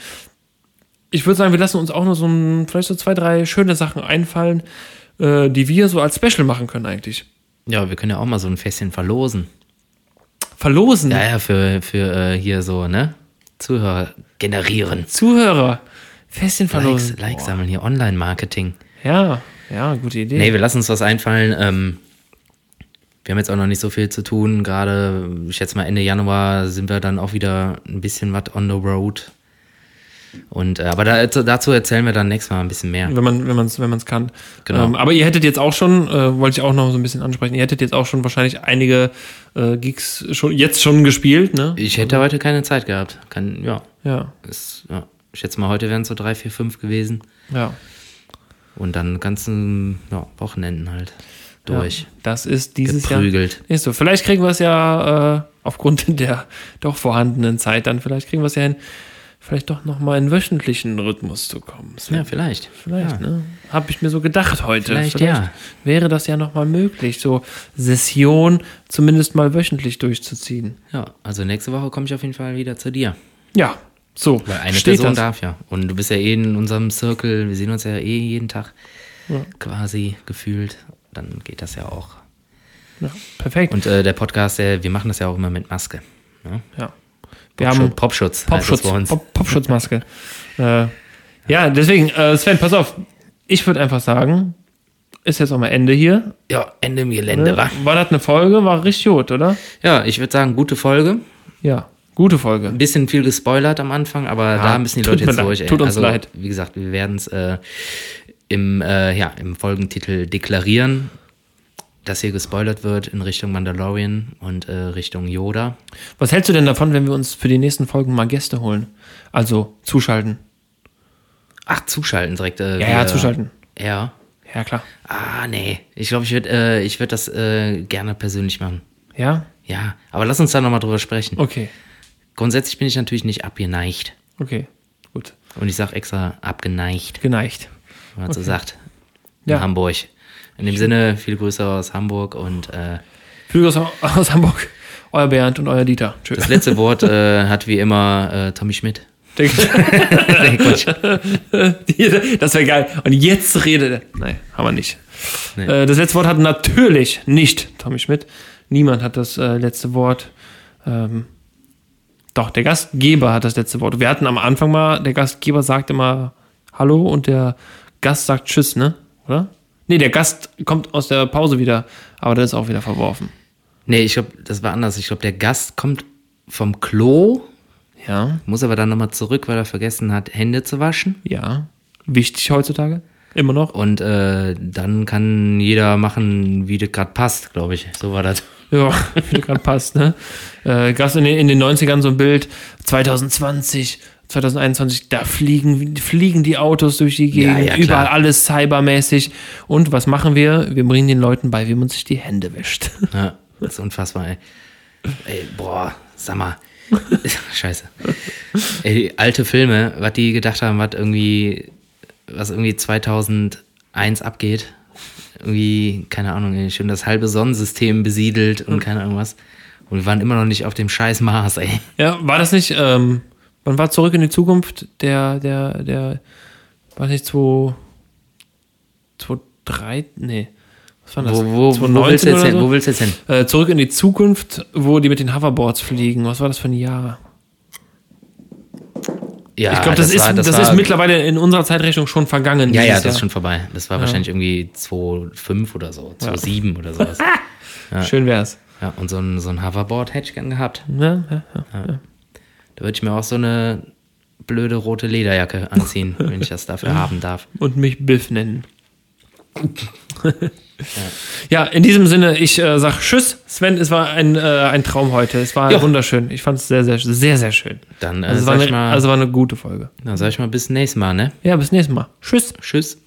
S2: ich würde sagen, wir lassen uns auch noch so ein, vielleicht so zwei, drei schöne Sachen einfallen, äh, die wir so als Special machen können eigentlich.
S1: Ja, wir können ja auch mal so ein Fässchen verlosen.
S2: Verlosen.
S1: Ja, ja, für, für äh, hier so, ne? Zuhörer generieren.
S2: Zuhörer. Festchen verlosen.
S1: Likes, Likes sammeln hier, Online-Marketing.
S2: Ja, ja, gute Idee.
S1: Nee, wir lassen uns was einfallen. Ähm, wir haben jetzt auch noch nicht so viel zu tun. Gerade, ich schätze mal, Ende Januar sind wir dann auch wieder ein bisschen was on the road. Und, äh, aber da, dazu erzählen wir dann nächstes Mal ein bisschen mehr.
S2: wenn man wenn man es wenn man es kann.
S1: Genau.
S2: Ähm, aber ihr hättet jetzt auch schon, äh, wollte ich auch noch so ein bisschen ansprechen. Ihr hättet jetzt auch schon wahrscheinlich einige äh, Gigs schon jetzt schon gespielt, ne?
S1: Ich hätte heute keine Zeit gehabt. Kann, ja,
S2: Ja,
S1: ist, ja. Ich schätze mal, heute wären es so drei, vier, fünf gewesen.
S2: ja.
S1: Und dann ganzen ja, Wochenenden halt durch.
S2: Ja, das ist dieses
S1: Geprügelt.
S2: Jahr. Ist so. Vielleicht kriegen wir es ja äh, aufgrund der doch vorhandenen Zeit dann vielleicht kriegen wir es ja hin, vielleicht doch noch mal in wöchentlichen Rhythmus zu kommen. Das
S1: Ja,
S2: wär-
S1: vielleicht.
S2: Vielleicht,
S1: ja.
S2: ne? Habe ich mir so gedacht heute.
S1: Vielleicht, ja.
S2: Wäre das ja noch mal möglich, so Session zumindest mal wöchentlich durchzuziehen.
S1: Ja, also nächste Woche komme ich auf jeden Fall wieder zu dir.
S2: Ja, so.
S1: Weil eine
S2: steht
S1: Person
S2: das.
S1: darf ja. Und du bist ja eh in unserem Circle, wir sehen uns ja eh jeden Tag quasi gefühlt. Dann geht das ja auch.
S2: Ja, perfekt.
S1: Und äh, der Podcast, der, wir machen das ja auch immer mit Maske. Ne?
S2: ja. Wir haben
S1: Schu- Popschutz. heißt das
S2: Popschutz,
S1: bei uns.
S2: Pop Popschutzmaske. äh, ja, deswegen, äh, Sven, pass auf. Ich würde einfach sagen, ist jetzt auch mal Ende hier.
S1: ja, Ende im Gelände,
S2: Ne?
S1: wa?
S2: War das eine Folge? War richtig gut, oder?
S1: Ja, ich würde sagen, gute Folge.
S2: Ja, gute Folge.
S1: Ein bisschen viel gespoilert am Anfang, aber da müssen die
S2: tut
S1: Leute jetzt
S2: mir leid,
S1: durch. ey.
S2: tut uns
S1: also,
S2: leid.
S1: Wie gesagt, wir werden es äh, im, äh, ja, im Folgentitel deklarieren, dass hier gespoilert wird in Richtung Mandalorian und äh, Richtung Yoda.
S2: Was hältst du denn davon, wenn wir uns für die nächsten Folgen mal Gäste holen? Also zuschalten.
S1: Ach, zuschalten direkt. Äh,
S2: Ja, ja,
S1: wir-
S2: zuschalten.
S1: Ja.
S2: Ja, klar.
S1: Ah, nee. Ich glaube, ich würde äh, ich würd das äh, gerne persönlich machen.
S2: Ja?
S1: Ja, aber lass uns da nochmal drüber sprechen.
S2: Okay.
S1: Grundsätzlich bin ich natürlich nicht abgeneigt.
S2: Okay. Gut.
S1: Und ich sag extra abgeneigt,
S2: Geneigt.
S1: wenn man so sagt. In
S2: Ja.
S1: Hamburg. In dem Sinne, viele Grüße aus Hamburg und äh,
S2: Flüge aus, aus Hamburg. Euer Bernd und euer Dieter. Tschüss.
S1: das letzte Wort äh, hat wie immer äh, Tommy Schmidt. Nee, Quatsch.
S2: das wäre geil. Und jetzt redet er. Nein, haben wir nicht.
S1: Nee.
S2: Äh, das letzte Wort hat natürlich nicht Tommy Schmidt. Niemand hat das äh, letzte Wort. Ähm, doch, der Gastgeber hat das letzte Wort. Wir hatten am Anfang mal, der Gastgeber sagt immer Hallo und der Gast sagt Tschüss, ne? Oder? Nee, der Gast kommt aus der Pause wieder, aber der ist auch wieder verworfen.
S1: nee ich glaube, das war anders. Ich glaube, der Gast kommt vom Klo,
S2: Ja,
S1: muss aber dann nochmal zurück, weil er vergessen hat, Hände zu waschen.
S2: ja. Wichtig heutzutage. Immer noch.
S1: Und äh, dann kann jeder machen, wie das gerade passt, glaube ich. So war das.
S2: Ja, wie gerade passt, ne? Äh, Gab in den, in den 90ern so ein Bild, 2020, 2021, da fliegen, fliegen die Autos durch die
S1: Ja,
S2: Gegend,
S1: ja, klar.
S2: überall alles cybermäßig. Und was machen wir? Wir bringen den Leuten bei, wie man sich die Hände wäscht.
S1: Ja, das ist unfassbar, ey. Ey, boah, sag mal. Scheiße. Ey, alte Filme, was die gedacht haben, was irgendwie, was irgendwie 2001 abgeht. Irgendwie, keine Ahnung, ey, schon das halbe Sonnensystem besiedelt
S2: Hm.
S1: und keine Ahnung was. Und wir waren immer noch nicht auf dem scheiß Mars, ey.
S2: Ja, war das nicht, ähm, wann war zurück in die Zukunft? Der, der, der, war das nicht 2, 2, 3, nee. Was war das?
S1: Wo, wo, wo, willst, du
S2: 2019
S1: jetzt
S2: oder
S1: hin?
S2: so?
S1: wo willst du jetzt hin?
S2: Äh, zurück in die Zukunft, wo die mit den Hoverboards fliegen. Was war das für ein Jahr?
S1: Ja,
S2: ich glaube, das, ist,
S1: war-
S2: das,
S1: war-
S2: ist mittlerweile in unserer Zeitrechnung schon vergangen.
S1: Ja, ja,
S2: dieses
S1: das ist
S2: Jahr.
S1: schon vorbei. Das war wahrscheinlich irgendwie 2,5 oder so, 2,7 oder sowas.
S2: Schön wär's.
S1: Ja, und so ein, so ein Hoverboard hätte ich gern gehabt.
S2: Ja, ja, ja.
S1: Da würde ich mir auch so eine blöde rote Lederjacke anziehen, wenn ich das dafür haben darf.
S2: Und mich Biff nennen. ja. in diesem Sinne, ich äh, sag Tschüss, Sven, es war ein, äh, ein Traum heute. Es war
S1: Jo.
S2: wunderschön. Ich fand es sehr, sehr, sehr, sehr schön.
S1: Dann, äh,
S2: Also, es war
S1: sag, ich
S2: eine,
S1: mal,
S2: also war eine gute Folge.
S1: dann sag ich mal bis nächstes Mal, ne?
S2: Ja, bis nächstes Mal. Tschüss.
S1: Tschüss.